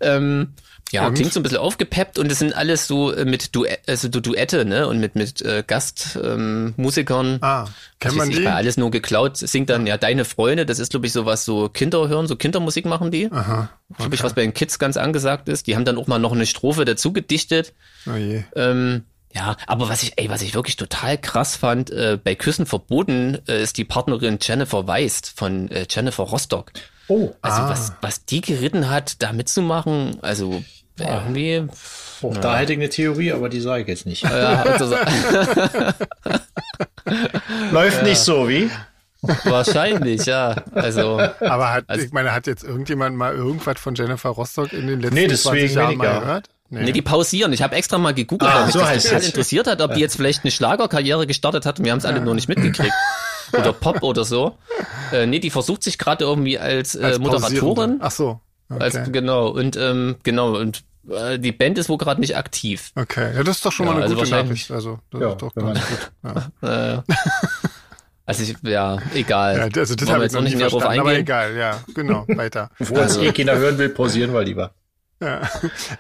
[SPEAKER 3] Ähm, ja,
[SPEAKER 2] Und?
[SPEAKER 3] klingt so ein bisschen aufgepeppt und es sind alles so äh, mit Duett, also du- Duette, ne? Und mit, mit äh, Gastmusikern. Ähm, Musikern.
[SPEAKER 2] ah, kennt man
[SPEAKER 3] Ich weiß Also nicht,
[SPEAKER 2] die?
[SPEAKER 3] bei alles nur geklaut, singt dann ja deine Freunde, das ist, glaube ich, sowas so Kinder hören, so Kindermusik machen die.
[SPEAKER 2] Aha.
[SPEAKER 3] Glaube ich, was bei den Kids ganz angesagt ist. Die haben dann auch mal noch eine Strophe dazu gedichtet.
[SPEAKER 2] Oh je.
[SPEAKER 3] Ähm, ja, aber was ich, ey, was ich wirklich total krass fand, äh, bei Küssen verboten äh, ist die Partnerin Jennifer Weist von äh, Jennifer Rostock.
[SPEAKER 1] Oh,
[SPEAKER 3] Also
[SPEAKER 2] Ah.
[SPEAKER 3] was, was die geritten hat, da mitzumachen, also irgendwie.
[SPEAKER 1] auch da hätte ich eine Theorie, aber die sage ich jetzt nicht.
[SPEAKER 3] Ja, also,
[SPEAKER 1] Läuft nicht so wie.
[SPEAKER 3] wahrscheinlich, ja. Also,
[SPEAKER 2] Aber hat, ich meine, hat jetzt irgendjemand mal irgendwas von Jennifer Rostock in den letzten
[SPEAKER 1] Nee,
[SPEAKER 2] 20
[SPEAKER 1] deswegen
[SPEAKER 2] Jahren mal
[SPEAKER 1] weniger.
[SPEAKER 2] gehört?
[SPEAKER 3] nee, die pausieren. Ich habe extra mal gegoogelt,
[SPEAKER 1] Ah,
[SPEAKER 3] weil mich
[SPEAKER 1] so
[SPEAKER 3] das
[SPEAKER 1] heißt
[SPEAKER 3] total
[SPEAKER 1] es.
[SPEAKER 3] interessiert hat, ob die jetzt vielleicht eine Schlagerkarriere gestartet hat und wir haben es alle nur nicht mitgekriegt. Oder Pop oder so. Äh, nee, die versucht sich gerade irgendwie als, äh,
[SPEAKER 2] Als
[SPEAKER 3] Moderatorin.
[SPEAKER 2] Pausierende. Ach so. Okay.
[SPEAKER 3] Also genau, und ähm, genau, und äh, die Band ist wohl gerade nicht aktiv.
[SPEAKER 2] okay. Ja, das ist doch schon
[SPEAKER 3] Ja,
[SPEAKER 2] mal eine
[SPEAKER 3] also
[SPEAKER 2] gute
[SPEAKER 3] wahrscheinlich-
[SPEAKER 2] Nachricht. Also, das
[SPEAKER 1] Ja,
[SPEAKER 2] ist doch
[SPEAKER 1] wenn man-
[SPEAKER 2] ganz gut. Ja.
[SPEAKER 3] Äh, also ich, ja, egal.
[SPEAKER 2] Ja, also das
[SPEAKER 3] Wollen
[SPEAKER 2] habe
[SPEAKER 3] wir
[SPEAKER 2] ich
[SPEAKER 3] jetzt
[SPEAKER 2] noch
[SPEAKER 3] auch
[SPEAKER 2] nicht
[SPEAKER 3] nicht mehr drauf
[SPEAKER 2] verstanden, aber
[SPEAKER 3] eingehen.
[SPEAKER 2] egal, ja, genau, weiter.
[SPEAKER 1] Wo es eh keiner hören will, pausieren wir lieber.
[SPEAKER 2] Ja.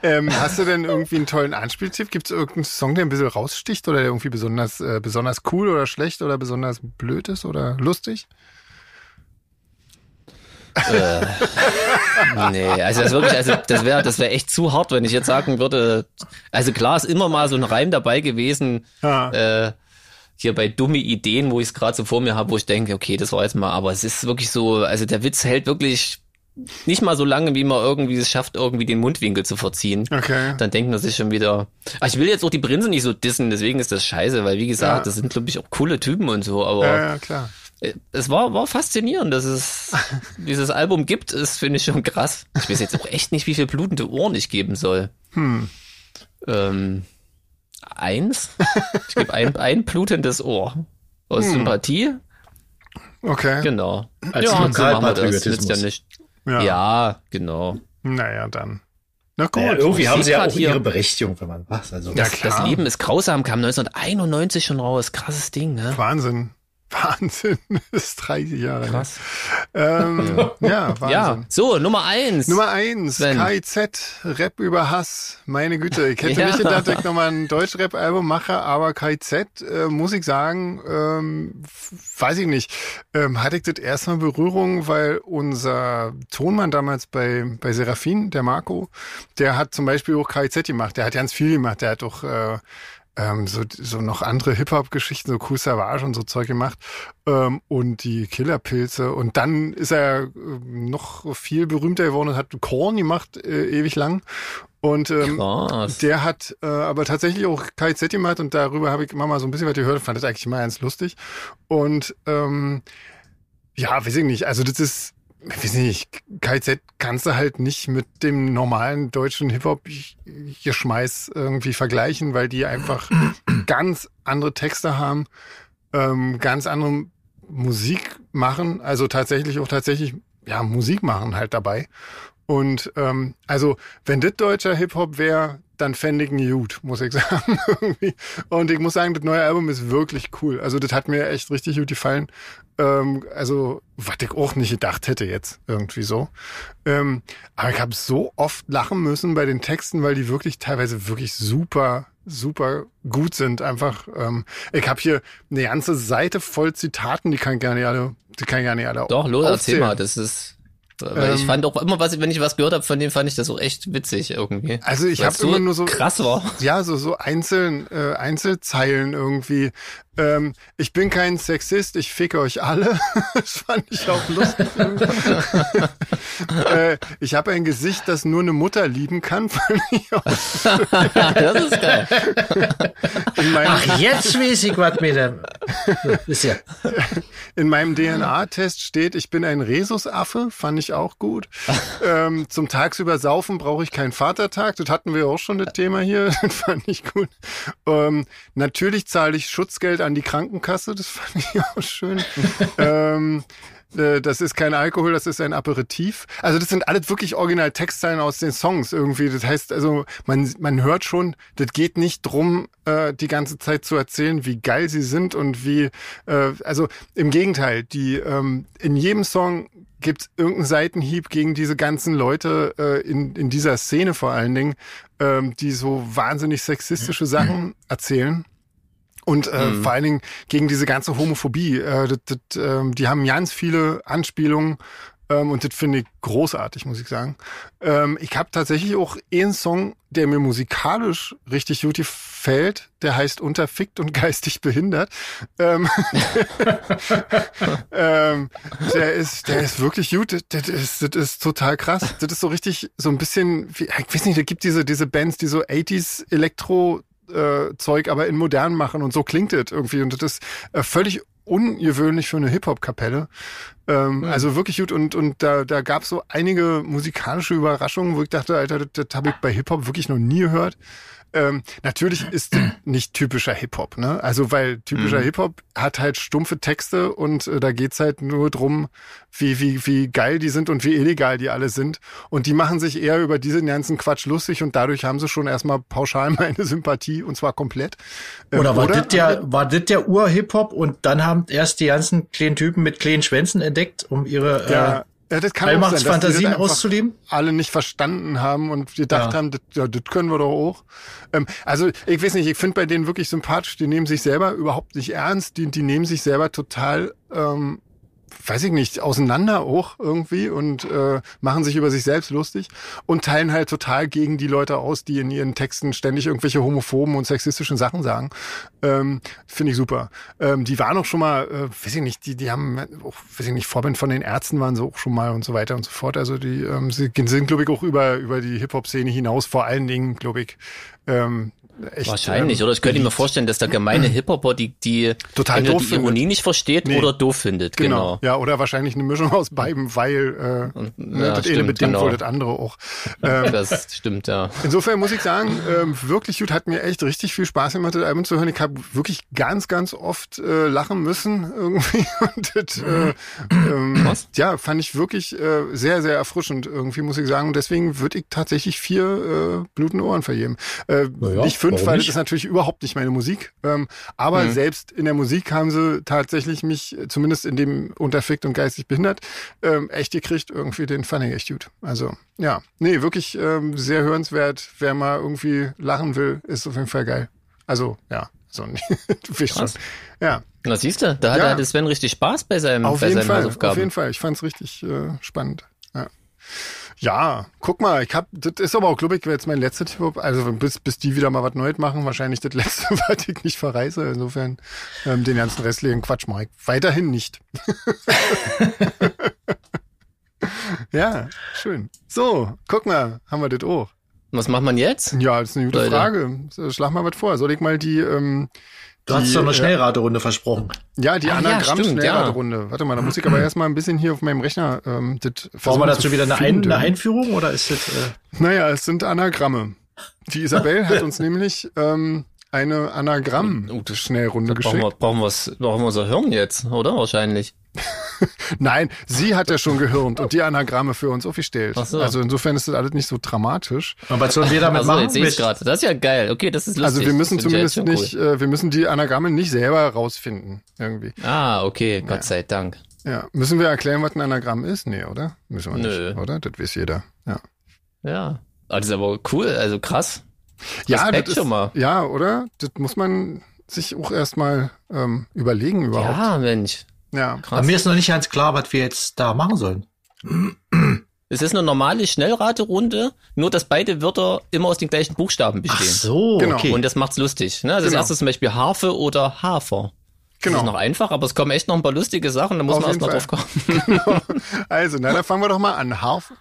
[SPEAKER 2] Ähm, hast du denn irgendwie einen tollen Anspieltipp? Gibt es irgendeinen Song, der ein bisschen raussticht oder der irgendwie besonders, äh, besonders cool oder schlecht oder besonders blöd ist oder lustig?
[SPEAKER 3] Nee, also das wirklich, also das wäre, das wäre echt zu hart, wenn ich jetzt sagen würde. Also klar ist immer mal so ein Reim dabei gewesen,
[SPEAKER 2] Ja.
[SPEAKER 3] äh, hier bei dumme Ideen, wo ich es gerade so vor mir habe, wo ich denke, okay, das war jetzt mal, aber es ist wirklich so, also der Witz hält wirklich nicht mal so lange, wie man irgendwie es schafft, irgendwie den Mundwinkel zu verziehen.
[SPEAKER 2] Okay.
[SPEAKER 3] dann denkt man sich schon wieder, ah, ich will jetzt auch die Prinzen nicht so dissen, deswegen ist das scheiße, weil wie gesagt,
[SPEAKER 2] Ja.
[SPEAKER 3] das sind, glaube ich, auch coole Typen und so, aber
[SPEAKER 2] Ja, ja, klar.
[SPEAKER 3] äh, es war, war faszinierend, dass es dieses Album gibt, das finde ich schon krass. Ich weiß jetzt auch echt nicht, wie viel blutende Ohren ich geben soll. Ähm, eins? Ich gebe ein, ein blutendes Ohr. Aus Sympathie?
[SPEAKER 2] Okay.
[SPEAKER 3] Genau.
[SPEAKER 1] Als Lokalpatriotismus.
[SPEAKER 3] nützt ja nicht.
[SPEAKER 2] Ja.
[SPEAKER 3] Ja, genau.
[SPEAKER 2] Naja, dann. Na gut.
[SPEAKER 1] Naja, irgendwie
[SPEAKER 3] ich
[SPEAKER 1] haben
[SPEAKER 3] seh
[SPEAKER 1] sie ja
[SPEAKER 3] grad
[SPEAKER 1] auch
[SPEAKER 3] hier-
[SPEAKER 1] ihre Berechtigung, wenn man was. Also,
[SPEAKER 2] Ja,
[SPEAKER 1] das-
[SPEAKER 2] klar.
[SPEAKER 3] Das Leben ist grausam, kam 1991 schon raus. Krasses Ding, ne?
[SPEAKER 2] Wahnsinn. Wahnsinn. Das ist 30 Jahre. her.
[SPEAKER 3] Krass.
[SPEAKER 2] Ähm, ja, Wahnsinn.
[SPEAKER 3] Ja, so, Nummer eins.
[SPEAKER 2] Nummer eins,
[SPEAKER 3] Sven.
[SPEAKER 2] KIZ, Rap über Hass. Meine Güte, ich hätte
[SPEAKER 3] Ja.
[SPEAKER 2] nicht gedacht, dass ich nochmal ein Deutsch-Rap-Album mache, aber KIZ, äh, muss ich sagen, ähm, f- weiß ich nicht, ähm, hatte ich das erstmal Berührung, weil unser Tonmann damals bei, bei Serafin, der Marco, der hat zum Beispiel auch KIZ gemacht, der hat ganz viel gemacht, der hat auch... Äh, ähm, so, so noch andere Hip-Hop-Geschichten, so Cool Savage und so Zeug gemacht ähm, und die Killerpilze. Und dann ist er ähm, noch viel berühmter geworden und hat Korn gemacht, äh, ewig lang. Und ähm,
[SPEAKER 3] Krass.
[SPEAKER 2] der hat äh, aber tatsächlich auch KZ gemacht und darüber habe ich immer mal so ein bisschen was gehört, fand das eigentlich immer ganz lustig. Und ähm, ja, weiß ich nicht, also das ist, weiß ich nicht, KZ kannst du halt nicht mit dem normalen deutschen Hip-Hop-Geschmeiß irgendwie vergleichen, weil die einfach ganz andere Texte haben, ähm, ganz andere Musik machen, also tatsächlich auch tatsächlich, ja, Musik machen halt dabei. Und ähm, also, wenn das deutscher Hip-Hop wäre, dann fände ich ihn gut, muss ich sagen. irgendwie. und ich muss sagen, das neue Album ist wirklich cool. Also, das hat mir echt richtig gut gefallen. Ähm, also, was ich auch nicht gedacht hätte jetzt, irgendwie so. Ähm, aber ich habe so oft lachen müssen bei den Texten, weil die wirklich teilweise wirklich super super gut sind. Einfach, ähm, ich habe hier eine ganze Seite voll Zitaten, die kann ich gar nicht alle, die kann ich gar nicht alle
[SPEAKER 3] Doch, los,
[SPEAKER 2] aufzählen.
[SPEAKER 3] erzähl mal, das ist. Weil ich
[SPEAKER 2] Ähm.
[SPEAKER 3] fand auch immer, was, wenn ich was gehört habe von dem, fand ich das auch echt witzig irgendwie.
[SPEAKER 2] Also ich
[SPEAKER 3] Weil
[SPEAKER 2] habe
[SPEAKER 3] es so
[SPEAKER 2] immer nur so
[SPEAKER 3] krass war.
[SPEAKER 2] Ja, so so einzeln äh, Einzelzeilen irgendwie. Ähm, ich bin kein Sexist, ich ficke euch alle. das fand ich auch lustig. äh, ich habe ein Gesicht, das nur eine Mutter lieben kann. Fand ich auch
[SPEAKER 3] das ist geil.
[SPEAKER 2] in meinem,
[SPEAKER 1] Ach, jetzt weiß ich, was mir da. Ist ja.
[SPEAKER 2] in meinem DNA-Test steht, ich bin ein Rhesusaffe. Fand ich auch gut. Ähm, zum Tagsüber saufen brauche ich keinen Vatertag. Das hatten wir auch schon das Thema hier. Das fand ich gut. Ähm, natürlich zahle ich Schutzgeld an die Krankenkasse. Das fand ich auch schön. ähm, äh, das ist kein Alkohol, das ist ein Aperitif. Also das sind alles wirklich original Textzeilen aus den Songs irgendwie. Das heißt, also man, man hört schon, das geht nicht drum, äh, die ganze Zeit zu erzählen, wie geil sie sind und wie, äh, also im Gegenteil, die ähm, in jedem Song gibt es irgendeinen Seitenhieb gegen diese ganzen Leute äh, in, in dieser Szene vor allen Dingen, ähm, die so wahnsinnig sexistische Sachen erzählen. Und äh, vor allen Dingen gegen diese ganze Homophobie. Äh, das, das, ähm, die haben ganz viele Anspielungen ähm, und das finde ich großartig, muss ich sagen. Ähm, ich habe tatsächlich auch einen Song, der mir musikalisch richtig gut gefällt. Der heißt Unterfickt und geistig behindert. Ähm, ähm, der ist, der ist wirklich gut. Das, das, ist, das ist total krass. Das ist so richtig, so ein bisschen, wie, ich weiß nicht, da gibt diese, diese Bands, die so 80s Elektro äh, Zeug aber in modern machen und so klingt das irgendwie und das ist äh, völlig ungewöhnlich für eine Hip-Hop-Kapelle. Ähm, Also wirklich gut und, und da, da gab es so einige musikalische Überraschungen, wo ich dachte, Alter, das, das habe ich bei Hip-Hop wirklich noch nie gehört. Ähm, natürlich ist das nicht typischer Hip-Hop, ne? Also weil typischer
[SPEAKER 1] Mhm.
[SPEAKER 2] Hip-Hop hat halt stumpfe Texte und äh, da geht's halt nur drum, wie, wie, wie geil die sind und wie illegal die alle sind. Und die machen sich eher über diesen ganzen Quatsch lustig und dadurch haben sie schon erstmal pauschal meine Sympathie und zwar komplett. Ähm,
[SPEAKER 1] Oder war das der, war das der Ur-Hip-Hop und dann haben erst die ganzen kleinen Typen mit kleinen Schwänzen entdeckt, um ihre
[SPEAKER 2] Ja,
[SPEAKER 1] äh,
[SPEAKER 2] ja, das kann auch sein, dass die das
[SPEAKER 1] Allmachtsfantasien
[SPEAKER 2] einfach
[SPEAKER 1] auszuleben?
[SPEAKER 2] alle nicht verstanden haben und gedacht
[SPEAKER 1] Ja.
[SPEAKER 2] haben, das, ja, das können wir doch auch. Ähm, also ich weiß nicht, ich finde bei denen wirklich sympathisch, die nehmen sich selber überhaupt nicht ernst, die, die nehmen sich selber total, ähm, weiß ich nicht, auseinander auch irgendwie und äh, machen sich über sich selbst lustig und teilen halt total gegen die Leute aus, die in ihren Texten ständig irgendwelche homophoben und sexistischen Sachen sagen. Ähm, Finde ich super. Ähm, die waren auch schon mal, äh, weiß ich nicht, die, die haben auch, weiß ich nicht, Vorbild von den Ärzten waren sie auch schon mal und so weiter und so fort. Also die ähm, sie sind, glaube ich, auch über, über die Hip-Hop-Szene hinaus, vor allen Dingen, glaube ich, ähm, echt.
[SPEAKER 3] Wahrscheinlich,
[SPEAKER 2] ähm,
[SPEAKER 3] oder? Ich könnte mir vorstellen, dass der gemeine Hip-Hopper die, die,
[SPEAKER 2] Total
[SPEAKER 3] entweder
[SPEAKER 2] doof
[SPEAKER 3] die Ironie
[SPEAKER 2] findet.
[SPEAKER 3] nicht versteht
[SPEAKER 2] Nee.
[SPEAKER 3] oder doof findet. Genau.
[SPEAKER 2] Ja, oder wahrscheinlich eine Mischung aus beiden, weil äh, ne, das eine
[SPEAKER 3] stimmt,
[SPEAKER 2] bedingt
[SPEAKER 3] genau.
[SPEAKER 2] wohl das andere auch. Ähm,
[SPEAKER 3] Das stimmt, ja.
[SPEAKER 2] Insofern muss ich sagen, ähm, wirklich gut, hat mir echt richtig viel Spaß gemacht, das Album zu hören. Ich habe wirklich ganz, ganz oft äh, lachen müssen irgendwie. Und das,
[SPEAKER 1] Mhm.
[SPEAKER 2] äh, ähm,
[SPEAKER 3] Was?
[SPEAKER 2] ja, fand ich wirklich äh, sehr, sehr erfrischend irgendwie, muss ich sagen. Und deswegen würde ich tatsächlich vier äh, blutende Ohren vergeben. Äh,
[SPEAKER 1] Naja,
[SPEAKER 2] nicht fünf,
[SPEAKER 1] warum
[SPEAKER 2] weil
[SPEAKER 1] nicht?
[SPEAKER 2] das ist natürlich überhaupt nicht meine Musik. Ähm, aber selbst in der Musik haben sie tatsächlich mich, äh, zumindest in dem unterfickt und geistig behindert, ähm, echt gekriegt. Irgendwie den fand ich echt gut. Also, ja. Nee, wirklich ähm, sehr hörenswert. Wer mal irgendwie lachen will, ist auf jeden Fall geil. Also, ja. So, du weißt schon.
[SPEAKER 3] Krass.
[SPEAKER 2] Ja,
[SPEAKER 3] Na siehst du, da hat
[SPEAKER 2] Ja.
[SPEAKER 3] ja. hatte Sven richtig Spaß bei, seinem,
[SPEAKER 2] auf
[SPEAKER 3] Hm, bei
[SPEAKER 2] jeden
[SPEAKER 3] seinen
[SPEAKER 2] Fall. Auf
[SPEAKER 3] Hausaufgaben.
[SPEAKER 2] jeden Fall. Ich fand's richtig äh, spannend. Ja. ja, guck mal, ich hab, das ist aber auch, glaube ich, jetzt mein letzter Tipp. Also bis, bis die wieder mal was Neues machen, wahrscheinlich das letzte, was ich nicht verreise. Insofern ähm, den ganzen restlichen Quatsch mache ich weiterhin nicht. ja, schön. So, guck mal, haben wir das auch.
[SPEAKER 3] Was macht man jetzt?
[SPEAKER 2] Ja, das ist eine gute
[SPEAKER 3] Leute.
[SPEAKER 2] Frage. So, Schlag mal was vor. Soll ich mal die, ähm,
[SPEAKER 1] Du hast
[SPEAKER 2] Die,
[SPEAKER 1] doch eine
[SPEAKER 2] äh,
[SPEAKER 1] Schnellraterunde versprochen.
[SPEAKER 2] ja, die
[SPEAKER 3] Ah, ja,
[SPEAKER 2] anagramm
[SPEAKER 3] stimmt, ja. Mhm.
[SPEAKER 2] schnellradrunde Warte mal, da muss ich aber erstmal ein bisschen hier auf meinem Rechner ähm, das
[SPEAKER 1] Brauchen
[SPEAKER 2] versuchen
[SPEAKER 1] wir dazu
[SPEAKER 2] zu
[SPEAKER 1] wieder eine, Ein
[SPEAKER 2] finden.
[SPEAKER 1] eine Einführung oder ist das. Äh,
[SPEAKER 2] Naja, es sind Anagramme. Die Isabel hat uns nämlich ähm, eine
[SPEAKER 3] Oh, das-
[SPEAKER 2] Anagramm-Schnellrunde
[SPEAKER 3] Brauchen wir,
[SPEAKER 2] geschickt.
[SPEAKER 3] brauchen, wir's, brauchen wir unser Hirn jetzt, oder? Wahrscheinlich.
[SPEAKER 2] Nein, sie hat ja schon gehirnt und die Anagramme für uns aufgestellt.
[SPEAKER 3] Ach so.
[SPEAKER 2] Also insofern ist das alles nicht so dramatisch.
[SPEAKER 1] aber was sollen wir damit
[SPEAKER 3] Also
[SPEAKER 1] machen?
[SPEAKER 3] jetzt sehe ich
[SPEAKER 1] Mit-
[SPEAKER 3] gerade. Das ist ja geil. Okay, das ist lustig.
[SPEAKER 2] Also wir müssen
[SPEAKER 3] Das find ich
[SPEAKER 2] zumindest
[SPEAKER 3] jetzt schon
[SPEAKER 2] nicht, äh, wir müssen die Anagramme nicht selber rausfinden irgendwie.
[SPEAKER 3] Cool. Ah, okay, Gott sei Dank.
[SPEAKER 2] Ja, müssen wir erklären, was ein Anagramm ist? Nee, oder? Müssen wir nicht,
[SPEAKER 3] Nö.
[SPEAKER 2] oder? Das weiß jeder. Ja.
[SPEAKER 3] Ja. Ah, Das ist aber cool, also krass.
[SPEAKER 2] Ja,
[SPEAKER 3] Respekt
[SPEAKER 2] das ist,
[SPEAKER 3] schon mal.
[SPEAKER 2] ja, oder? Das muss man sich auch erstmal ähm, überlegen überhaupt.
[SPEAKER 3] Ja, Mensch.
[SPEAKER 2] Ja.
[SPEAKER 1] Aber mir ist noch nicht ganz klar, was wir jetzt da machen sollen.
[SPEAKER 3] Es ist eine normale Schnellraterunde, nur dass beide Wörter immer aus den gleichen Buchstaben bestehen.
[SPEAKER 1] so,
[SPEAKER 2] Genau.
[SPEAKER 3] Und das macht's lustig. Ne? Also Das
[SPEAKER 2] Genau.
[SPEAKER 3] erste ist zum Beispiel Harfe oder Hafer.
[SPEAKER 2] Genau.
[SPEAKER 3] Das ist noch einfach, aber es kommen echt noch ein paar lustige Sachen, da muss
[SPEAKER 2] Auf
[SPEAKER 3] man erst
[SPEAKER 2] jeden
[SPEAKER 3] mal
[SPEAKER 2] Fall.
[SPEAKER 3] drauf kommen.
[SPEAKER 2] Also, na, dann fangen wir doch mal an. Harfe,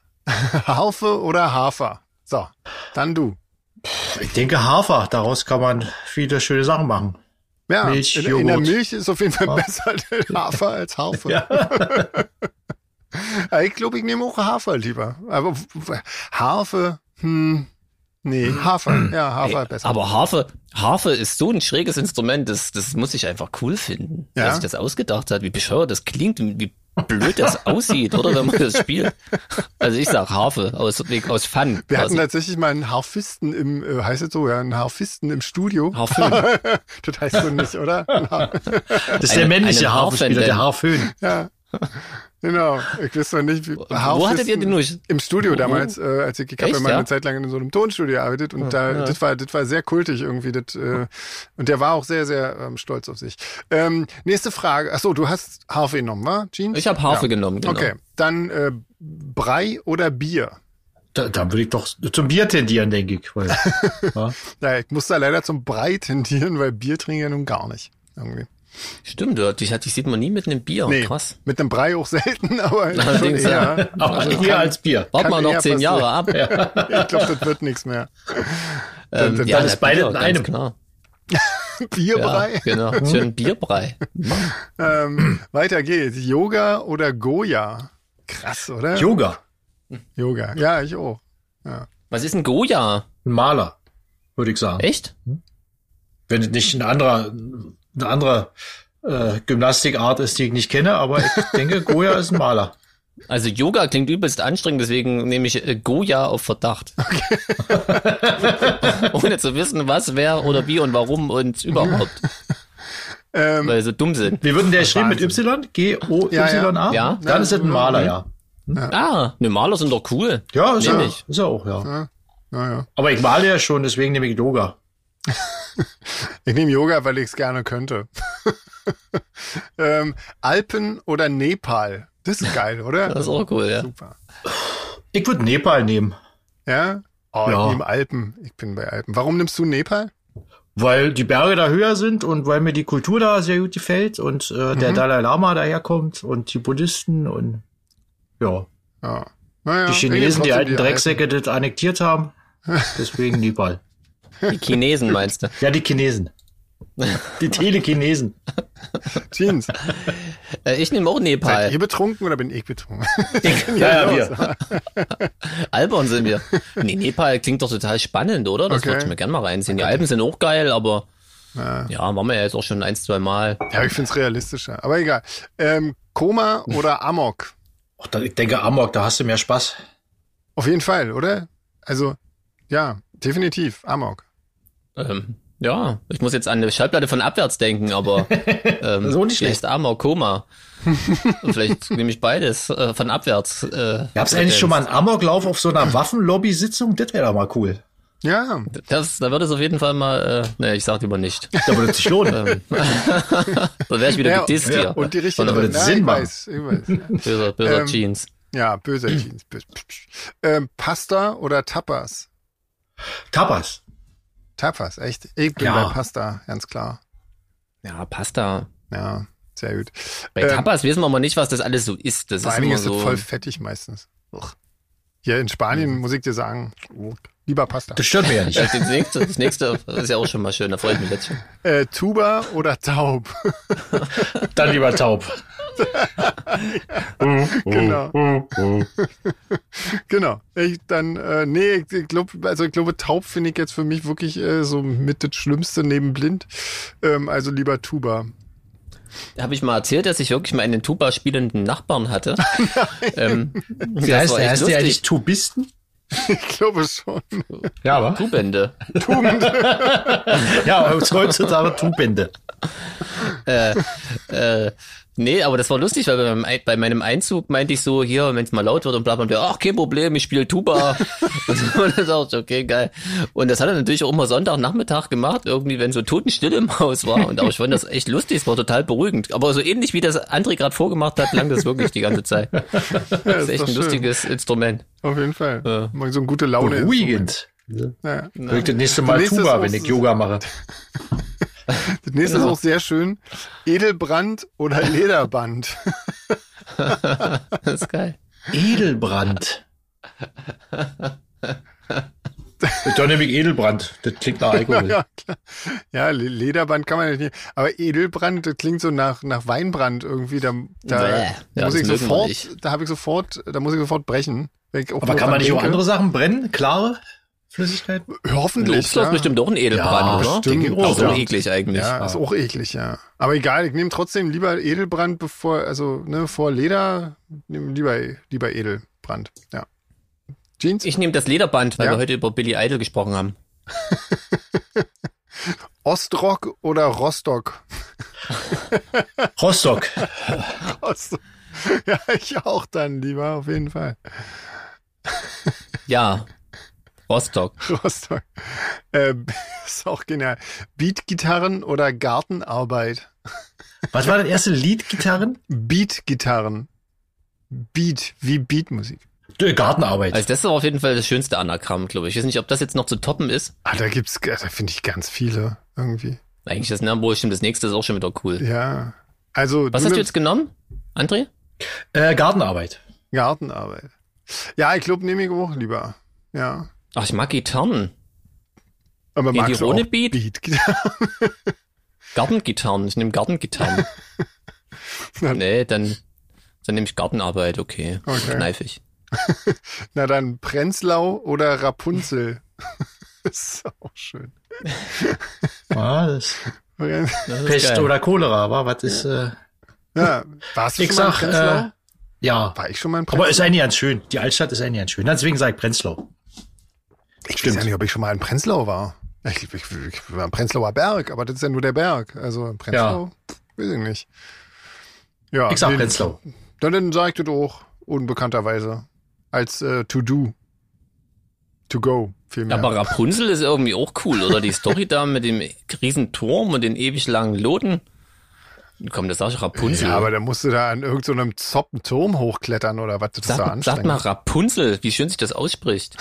[SPEAKER 2] Harfe oder Hafer? So, dann du.
[SPEAKER 1] Ich denke Hafer, daraus kann man viele schöne Sachen machen.
[SPEAKER 2] Ja,
[SPEAKER 1] Milch,
[SPEAKER 2] in, in der
[SPEAKER 1] Joghurt.
[SPEAKER 2] Milch ist auf jeden Fall besser der Hafer als Harfe. Ja, ich glaube, ich nehme auch Hafer lieber. Aber w- w- Harfe, hm, nee, Hafer, ja, Hafer
[SPEAKER 3] Ey,
[SPEAKER 2] besser.
[SPEAKER 3] Aber Harfe, Harfe ist so ein schräges Instrument, das, das muss ich einfach cool finden.
[SPEAKER 2] Ja.
[SPEAKER 3] Wer sich das ausgedacht hat, wie bescheuert das klingt und wie blöd das aussieht, oder wenn man das spielt. Also ich sag Harfe aus, wegen- aus Fun.
[SPEAKER 2] Wir hatten
[SPEAKER 3] quasi.
[SPEAKER 2] tatsächlich mal einen Harfisten im, äh, heißt es so, ja, einen Harfisten im Studio.
[SPEAKER 3] Harföhn.
[SPEAKER 2] das heißt so nicht, oder? Ein Har-
[SPEAKER 1] Das ist
[SPEAKER 3] Eine-
[SPEAKER 1] der männliche Harfenspieler,
[SPEAKER 3] eine Harfenwelle.
[SPEAKER 1] der Harföhn.
[SPEAKER 2] ja. Genau, ich weiß noch nicht, wie
[SPEAKER 3] Wo hattet ihr den nur?
[SPEAKER 2] Im Studio
[SPEAKER 3] Wo-
[SPEAKER 2] damals, äh, als ich, ich habe
[SPEAKER 3] Echt,
[SPEAKER 2] ja mal
[SPEAKER 3] ja?
[SPEAKER 2] eine Zeit lang in so einem Tonstudio gearbeitet und da, das war, das war sehr kultig irgendwie, das, äh, und der war auch sehr, sehr ähm, stolz auf sich. Ähm, nächste Frage. Ach so, du hast Harfe genommen, wa? Jean?
[SPEAKER 3] Ich habe Harfe
[SPEAKER 2] Ja.
[SPEAKER 3] genommen, genau.
[SPEAKER 2] Okay, dann äh, Brei oder Bier?
[SPEAKER 1] Da, da würde ich doch zum Bier tendieren, denke ich. Weil, ja.
[SPEAKER 2] Naja, ich muss da leider zum Brei tendieren, weil Bier trinke ich ja nun gar nicht. Irgendwie.
[SPEAKER 3] Stimmt, ja, dich, hat- dich sieht man nie mit einem Bier.
[SPEAKER 1] Oh,
[SPEAKER 2] nee,
[SPEAKER 3] Krass.
[SPEAKER 2] mit einem Brei auch selten, aber schon
[SPEAKER 3] Allerdings, ja.
[SPEAKER 2] eher.
[SPEAKER 1] Aber
[SPEAKER 2] Also,
[SPEAKER 1] eher als Bier.
[SPEAKER 3] Wart
[SPEAKER 2] Kann
[SPEAKER 3] mal noch
[SPEAKER 2] eher
[SPEAKER 3] zehn
[SPEAKER 2] passieren.
[SPEAKER 3] Jahre ab. Ähm,
[SPEAKER 2] ich glaube, das wird nichts mehr. Dann, dann,
[SPEAKER 1] ja,
[SPEAKER 2] dann
[SPEAKER 1] das-
[SPEAKER 3] na,
[SPEAKER 1] beide
[SPEAKER 3] Bier,
[SPEAKER 1] in
[SPEAKER 3] ganz
[SPEAKER 1] einem.
[SPEAKER 3] Klar.
[SPEAKER 2] Bierbrei.
[SPEAKER 3] Ja, genau. Schön Bierbrei.
[SPEAKER 2] Ähm, weiter geht's. Yoga oder Goya? Krass, oder?
[SPEAKER 1] Yoga,
[SPEAKER 2] Yoga. Ja, ich auch.
[SPEAKER 3] Was ist ein Goya?
[SPEAKER 1] ein Maler, würde ich sagen.
[SPEAKER 3] Echt?
[SPEAKER 1] Wenn es nicht ein anderer, eine andere äh, Gymnastikart ist, die ich nicht kenne, aber ich denke, Goya ist ein Maler.
[SPEAKER 3] Also Yoga klingt übelst anstrengend, deswegen nehme ich äh, Goya auf Verdacht. Ohne zu wissen, was, wer oder wie und warum und überhaupt,
[SPEAKER 2] Ähm,
[SPEAKER 3] weil sie so dumm sind.
[SPEAKER 1] Wie würden der geschrieben mit Y? G-O-Y-A?
[SPEAKER 3] Ja, ja.
[SPEAKER 1] Dann ist es ein Maler, ja.
[SPEAKER 3] Ah, ne Maler sind doch cool.
[SPEAKER 1] Ja, ist
[SPEAKER 3] Nehm
[SPEAKER 1] er,
[SPEAKER 3] ich.
[SPEAKER 1] ist er auch, ja.
[SPEAKER 2] naja.
[SPEAKER 1] Aber ich male ja schon, deswegen nehme ich Yoga.
[SPEAKER 2] Ich nehme Yoga, weil ich es gerne könnte. ähm, Alpen oder Nepal? Das ist geil, oder?
[SPEAKER 3] Das ist auch cool, ja.
[SPEAKER 2] Super.
[SPEAKER 1] Ich würde Nepal nehmen,
[SPEAKER 2] Ja? Oh,
[SPEAKER 1] Ja.
[SPEAKER 2] ich nehme Alpen. Ich bin bei Alpen. Warum nimmst du Nepal?
[SPEAKER 1] weil die Berge da höher sind und weil mir die Kultur da sehr gut gefällt und äh, der Dalai Lama daherkommt und die Buddhisten und ja,
[SPEAKER 2] Ja. Naja,
[SPEAKER 1] die
[SPEAKER 2] ich nehm
[SPEAKER 1] Chinesen, die
[SPEAKER 2] trotzdem
[SPEAKER 1] alten
[SPEAKER 2] Alpen.
[SPEAKER 1] Drecksäcke, das annektiert haben. Deswegen Nepal.
[SPEAKER 3] Die Chinesen meinst du.
[SPEAKER 1] Ja, die Chinesen. Die Telekinesen.
[SPEAKER 2] Jeans.
[SPEAKER 3] Äh, ich nehme auch
[SPEAKER 2] Seid
[SPEAKER 3] Nepal.
[SPEAKER 2] ihr betrunken oder bin ich betrunken?
[SPEAKER 1] Ja, ja, wir.
[SPEAKER 3] Alban sind wir. Nee, Nepal klingt doch total spannend, oder? Das
[SPEAKER 2] Okay.
[SPEAKER 3] würde ich mir gerne mal reinziehen. Die Alpen sind auch geil, aber ja, waren wir ja jetzt auch schon ein, zwei Mal.
[SPEAKER 2] ja, ich finde es realistischer. Aber egal. Ähm, Koma oder Amok?
[SPEAKER 1] Ach, da, ich denke, Amok, da hast du mehr Spaß.
[SPEAKER 2] Auf jeden Fall, oder? Also, ja, definitiv, Amok.
[SPEAKER 3] Ähm, ja, ich muss jetzt an eine Schallplatte von abwärts denken, aber ähm,
[SPEAKER 1] So nicht
[SPEAKER 3] die heißt Amor Koma. Vielleicht nehme ich beides äh, von abwärts. Äh,
[SPEAKER 1] Gab's eigentlich schon mal einen Amoklauf auf so einer Waffenlobby-Sitzung? Das wäre doch mal cool.
[SPEAKER 2] Ja,
[SPEAKER 3] Das, da würde es auf jeden Fall mal, äh, ne, ich sag lieber nicht.
[SPEAKER 1] Da würde es sich lohnen.
[SPEAKER 3] Ähm, da wäre ich wieder
[SPEAKER 2] Ja,
[SPEAKER 3] gedisst hier.
[SPEAKER 2] und die richtige
[SPEAKER 1] würde es
[SPEAKER 2] Ja,
[SPEAKER 1] Sinn
[SPEAKER 2] ich
[SPEAKER 1] machen.
[SPEAKER 2] weiß, ich weiß.
[SPEAKER 3] Böser, böser
[SPEAKER 2] Ähm,
[SPEAKER 3] Jeans.
[SPEAKER 2] Ja, böser Jeans. Bö- psch, psch. Ähm, Pasta oder Tapas?
[SPEAKER 1] Tapas.
[SPEAKER 2] Tapas, echt. Ich bin
[SPEAKER 1] Ja.
[SPEAKER 2] bei Pasta, ganz klar.
[SPEAKER 3] Ja, Pasta.
[SPEAKER 2] Ja, sehr gut.
[SPEAKER 3] Bei
[SPEAKER 2] Ähm,
[SPEAKER 3] Tapas wissen wir mal nicht, was das alles so ist. Das
[SPEAKER 2] Vor
[SPEAKER 3] ist
[SPEAKER 2] allen Dingen
[SPEAKER 3] immer
[SPEAKER 2] ist
[SPEAKER 3] so. Mhm.
[SPEAKER 2] es voll fettig meistens. Uch. Hier in Spanien muss ich dir sagen, lieber Pasta.
[SPEAKER 1] Das stört mir ja nicht.
[SPEAKER 3] das, nächste, das nächste ist ja auch schon mal schön, da freue ich mich jetzt schon.
[SPEAKER 2] Äh, Tuba oder Taub?
[SPEAKER 1] Dann lieber taub.
[SPEAKER 2] genau. genau. Ich dann, äh, nee, ich, ich glaube, also ich glaube, taub finde ich jetzt für mich wirklich äh, so mit das Schlimmste neben blind. Ähm, also lieber Tuba.
[SPEAKER 3] Habe ich mal erzählt, dass ich wirklich mal einen Tuba spielenden Nachbarn hatte. ähm,
[SPEAKER 1] Wie
[SPEAKER 3] das
[SPEAKER 1] heißt, der, heißt
[SPEAKER 3] war echt
[SPEAKER 1] der
[SPEAKER 3] lustig.
[SPEAKER 1] eigentlich Tubisten?
[SPEAKER 2] Ich glaube schon.
[SPEAKER 1] Ja, wa?
[SPEAKER 3] Tubende.
[SPEAKER 1] Ja, aber heutzutage Tubende.
[SPEAKER 3] Äh, Nee, aber das war lustig, weil bei meinem, Ein- bei meinem Einzug meinte ich so, hier, wenn es mal laut wird und bla bla bla, ach, kein Problem, ich spiele Tuba. und so, und das auch so, okay, geil. Und das hat er natürlich auch immer Sonntagnachmittag gemacht, irgendwie, wenn so Totenstille im Haus war. Und auch ich fand das echt lustig, es war total beruhigend. Aber so ähnlich wie das André gerade vorgemacht hat, klang das wirklich die ganze Zeit. Das ist
[SPEAKER 2] ist
[SPEAKER 3] echt Äh.
[SPEAKER 2] doch
[SPEAKER 3] ein
[SPEAKER 2] schön.
[SPEAKER 3] lustiges Instrument.
[SPEAKER 2] Auf jeden Fall. Mal so eine gute Laune.
[SPEAKER 1] Ruhigend.
[SPEAKER 2] Ja.
[SPEAKER 1] Krieg das nächste Mal
[SPEAKER 2] Nächstes
[SPEAKER 1] Tuba,
[SPEAKER 2] Mal-
[SPEAKER 1] wenn ich Yoga mache.
[SPEAKER 2] Das nächste ist auch sehr schön. Edelbrand oder Lederband.
[SPEAKER 3] Das ist geil.
[SPEAKER 1] Edelbrand. Dominik Edelbrand, das klingt nach Alkohol.
[SPEAKER 2] ja, klar. Ja, Le- Lederband kann man ja nicht. Aber Edelbrand, das klingt so nach, nach Weinbrand irgendwie. Da, da
[SPEAKER 3] Bäh. Ja,
[SPEAKER 2] muss ich
[SPEAKER 3] das mögen wir
[SPEAKER 2] sofort,
[SPEAKER 3] nicht.
[SPEAKER 2] da habe ich sofort, da muss ich sofort brechen. Wenn ich auch
[SPEAKER 1] Aber
[SPEAKER 2] nur
[SPEAKER 1] kann
[SPEAKER 2] dran
[SPEAKER 1] man nicht auch
[SPEAKER 2] denke.
[SPEAKER 1] andere Sachen brennen? Klare Flüssigkeit?
[SPEAKER 2] Hoffentlich.
[SPEAKER 3] Obst ist
[SPEAKER 2] Ja.
[SPEAKER 3] bestimmt auch ein Edelbrand,
[SPEAKER 1] Ja,
[SPEAKER 3] oder?
[SPEAKER 2] bestimmt.
[SPEAKER 1] Denke ich
[SPEAKER 3] Auch
[SPEAKER 1] auch,
[SPEAKER 3] so
[SPEAKER 1] ja.
[SPEAKER 3] eklig eigentlich.
[SPEAKER 2] Ja, ist auch eklig, ja. Aber egal, ich nehme trotzdem lieber Edelbrand bevor, also ne, vor Leder, nehm lieber, lieber Edelbrand. Ja. Jeans?
[SPEAKER 3] Ich nehme das Lederband, weil
[SPEAKER 2] Ja.
[SPEAKER 3] wir heute über Billy Idol gesprochen haben.
[SPEAKER 2] Ostrock oder Rostock?
[SPEAKER 1] Rostock.
[SPEAKER 2] Rostock. Ja, ich auch dann lieber, auf jeden Fall.
[SPEAKER 3] Ja. Rostock.
[SPEAKER 2] Rostock. Äh, ist auch genial. Beatgitarren oder Gartenarbeit?
[SPEAKER 1] Was war das erste Lied? Gitarren?
[SPEAKER 2] Beatgitarren. Beat, wie Beatmusik.
[SPEAKER 1] Äh, Gartenarbeit.
[SPEAKER 3] Also das ist auf jeden Fall das schönste Anagramm, glaube ich. Ich weiß nicht, ob das jetzt noch zu toppen ist.
[SPEAKER 2] Ah, da gibt's, da finde ich ganz viele irgendwie.
[SPEAKER 3] Eigentlich das Nambo stimmt, das nächste ist auch schon wieder cool.
[SPEAKER 2] Ja. Also,
[SPEAKER 3] Was
[SPEAKER 2] du
[SPEAKER 3] hast du
[SPEAKER 2] nimmst-
[SPEAKER 3] jetzt genommen, André?
[SPEAKER 1] Äh, Gartenarbeit.
[SPEAKER 2] Gartenarbeit. Ja, ich glaube, nehme ich auch lieber. Ja.
[SPEAKER 3] Ach, ich mag Gitarren.
[SPEAKER 2] Aber
[SPEAKER 3] Ja, die
[SPEAKER 2] magst du
[SPEAKER 3] ohne
[SPEAKER 2] auch
[SPEAKER 3] Beat? Gartengitarren. Ich nehme Gartengitarren. nee, dann, dann nehme ich Gartenarbeit, okay.
[SPEAKER 2] Okay.
[SPEAKER 3] Kneifig.
[SPEAKER 2] Na dann Prenzlau oder Rapunzel. ist auch schön.
[SPEAKER 1] Was?
[SPEAKER 3] Das ist
[SPEAKER 1] Ah, Pest
[SPEAKER 3] geil.
[SPEAKER 1] oder Cholera, war? Was ist, äh,
[SPEAKER 2] Ja, warst du
[SPEAKER 1] ich
[SPEAKER 2] schon mal in
[SPEAKER 1] sag,
[SPEAKER 2] Prenzlau?
[SPEAKER 1] äh, ja.
[SPEAKER 2] War ich schon mal in Prenzlau?
[SPEAKER 1] Aber ist eigentlich ganz schön. Die Altstadt ist eigentlich ganz schön. Deswegen sage ich Prenzlau.
[SPEAKER 2] ich weiß
[SPEAKER 1] stimmt.
[SPEAKER 2] ja nicht, ob ich schon mal in Prenzlau war. Ich, ich, ich war am Prenzlauer Berg, aber das ist ja nur der Berg. Also in Prenzlau, weiß ich nicht. Ja,
[SPEAKER 1] Ich sag
[SPEAKER 2] nee,
[SPEAKER 1] Prenzlau.
[SPEAKER 2] Dann, dann sag ich das auch unbekannterweise als äh, to do. To go, vielmehr.
[SPEAKER 3] Aber Rapunzel ist irgendwie auch cool, oder? Die Story da mit dem riesen Turm und den ewig langen Loten. Komm, das sag ich Rapunzel.
[SPEAKER 2] Ja, aber da musst du da an irgendeinem zoppen Turm hochklettern oder was? Das ist da
[SPEAKER 3] Sag, sag mal
[SPEAKER 2] anstrengend.
[SPEAKER 3] Rapunzel, wie schön sich das ausspricht.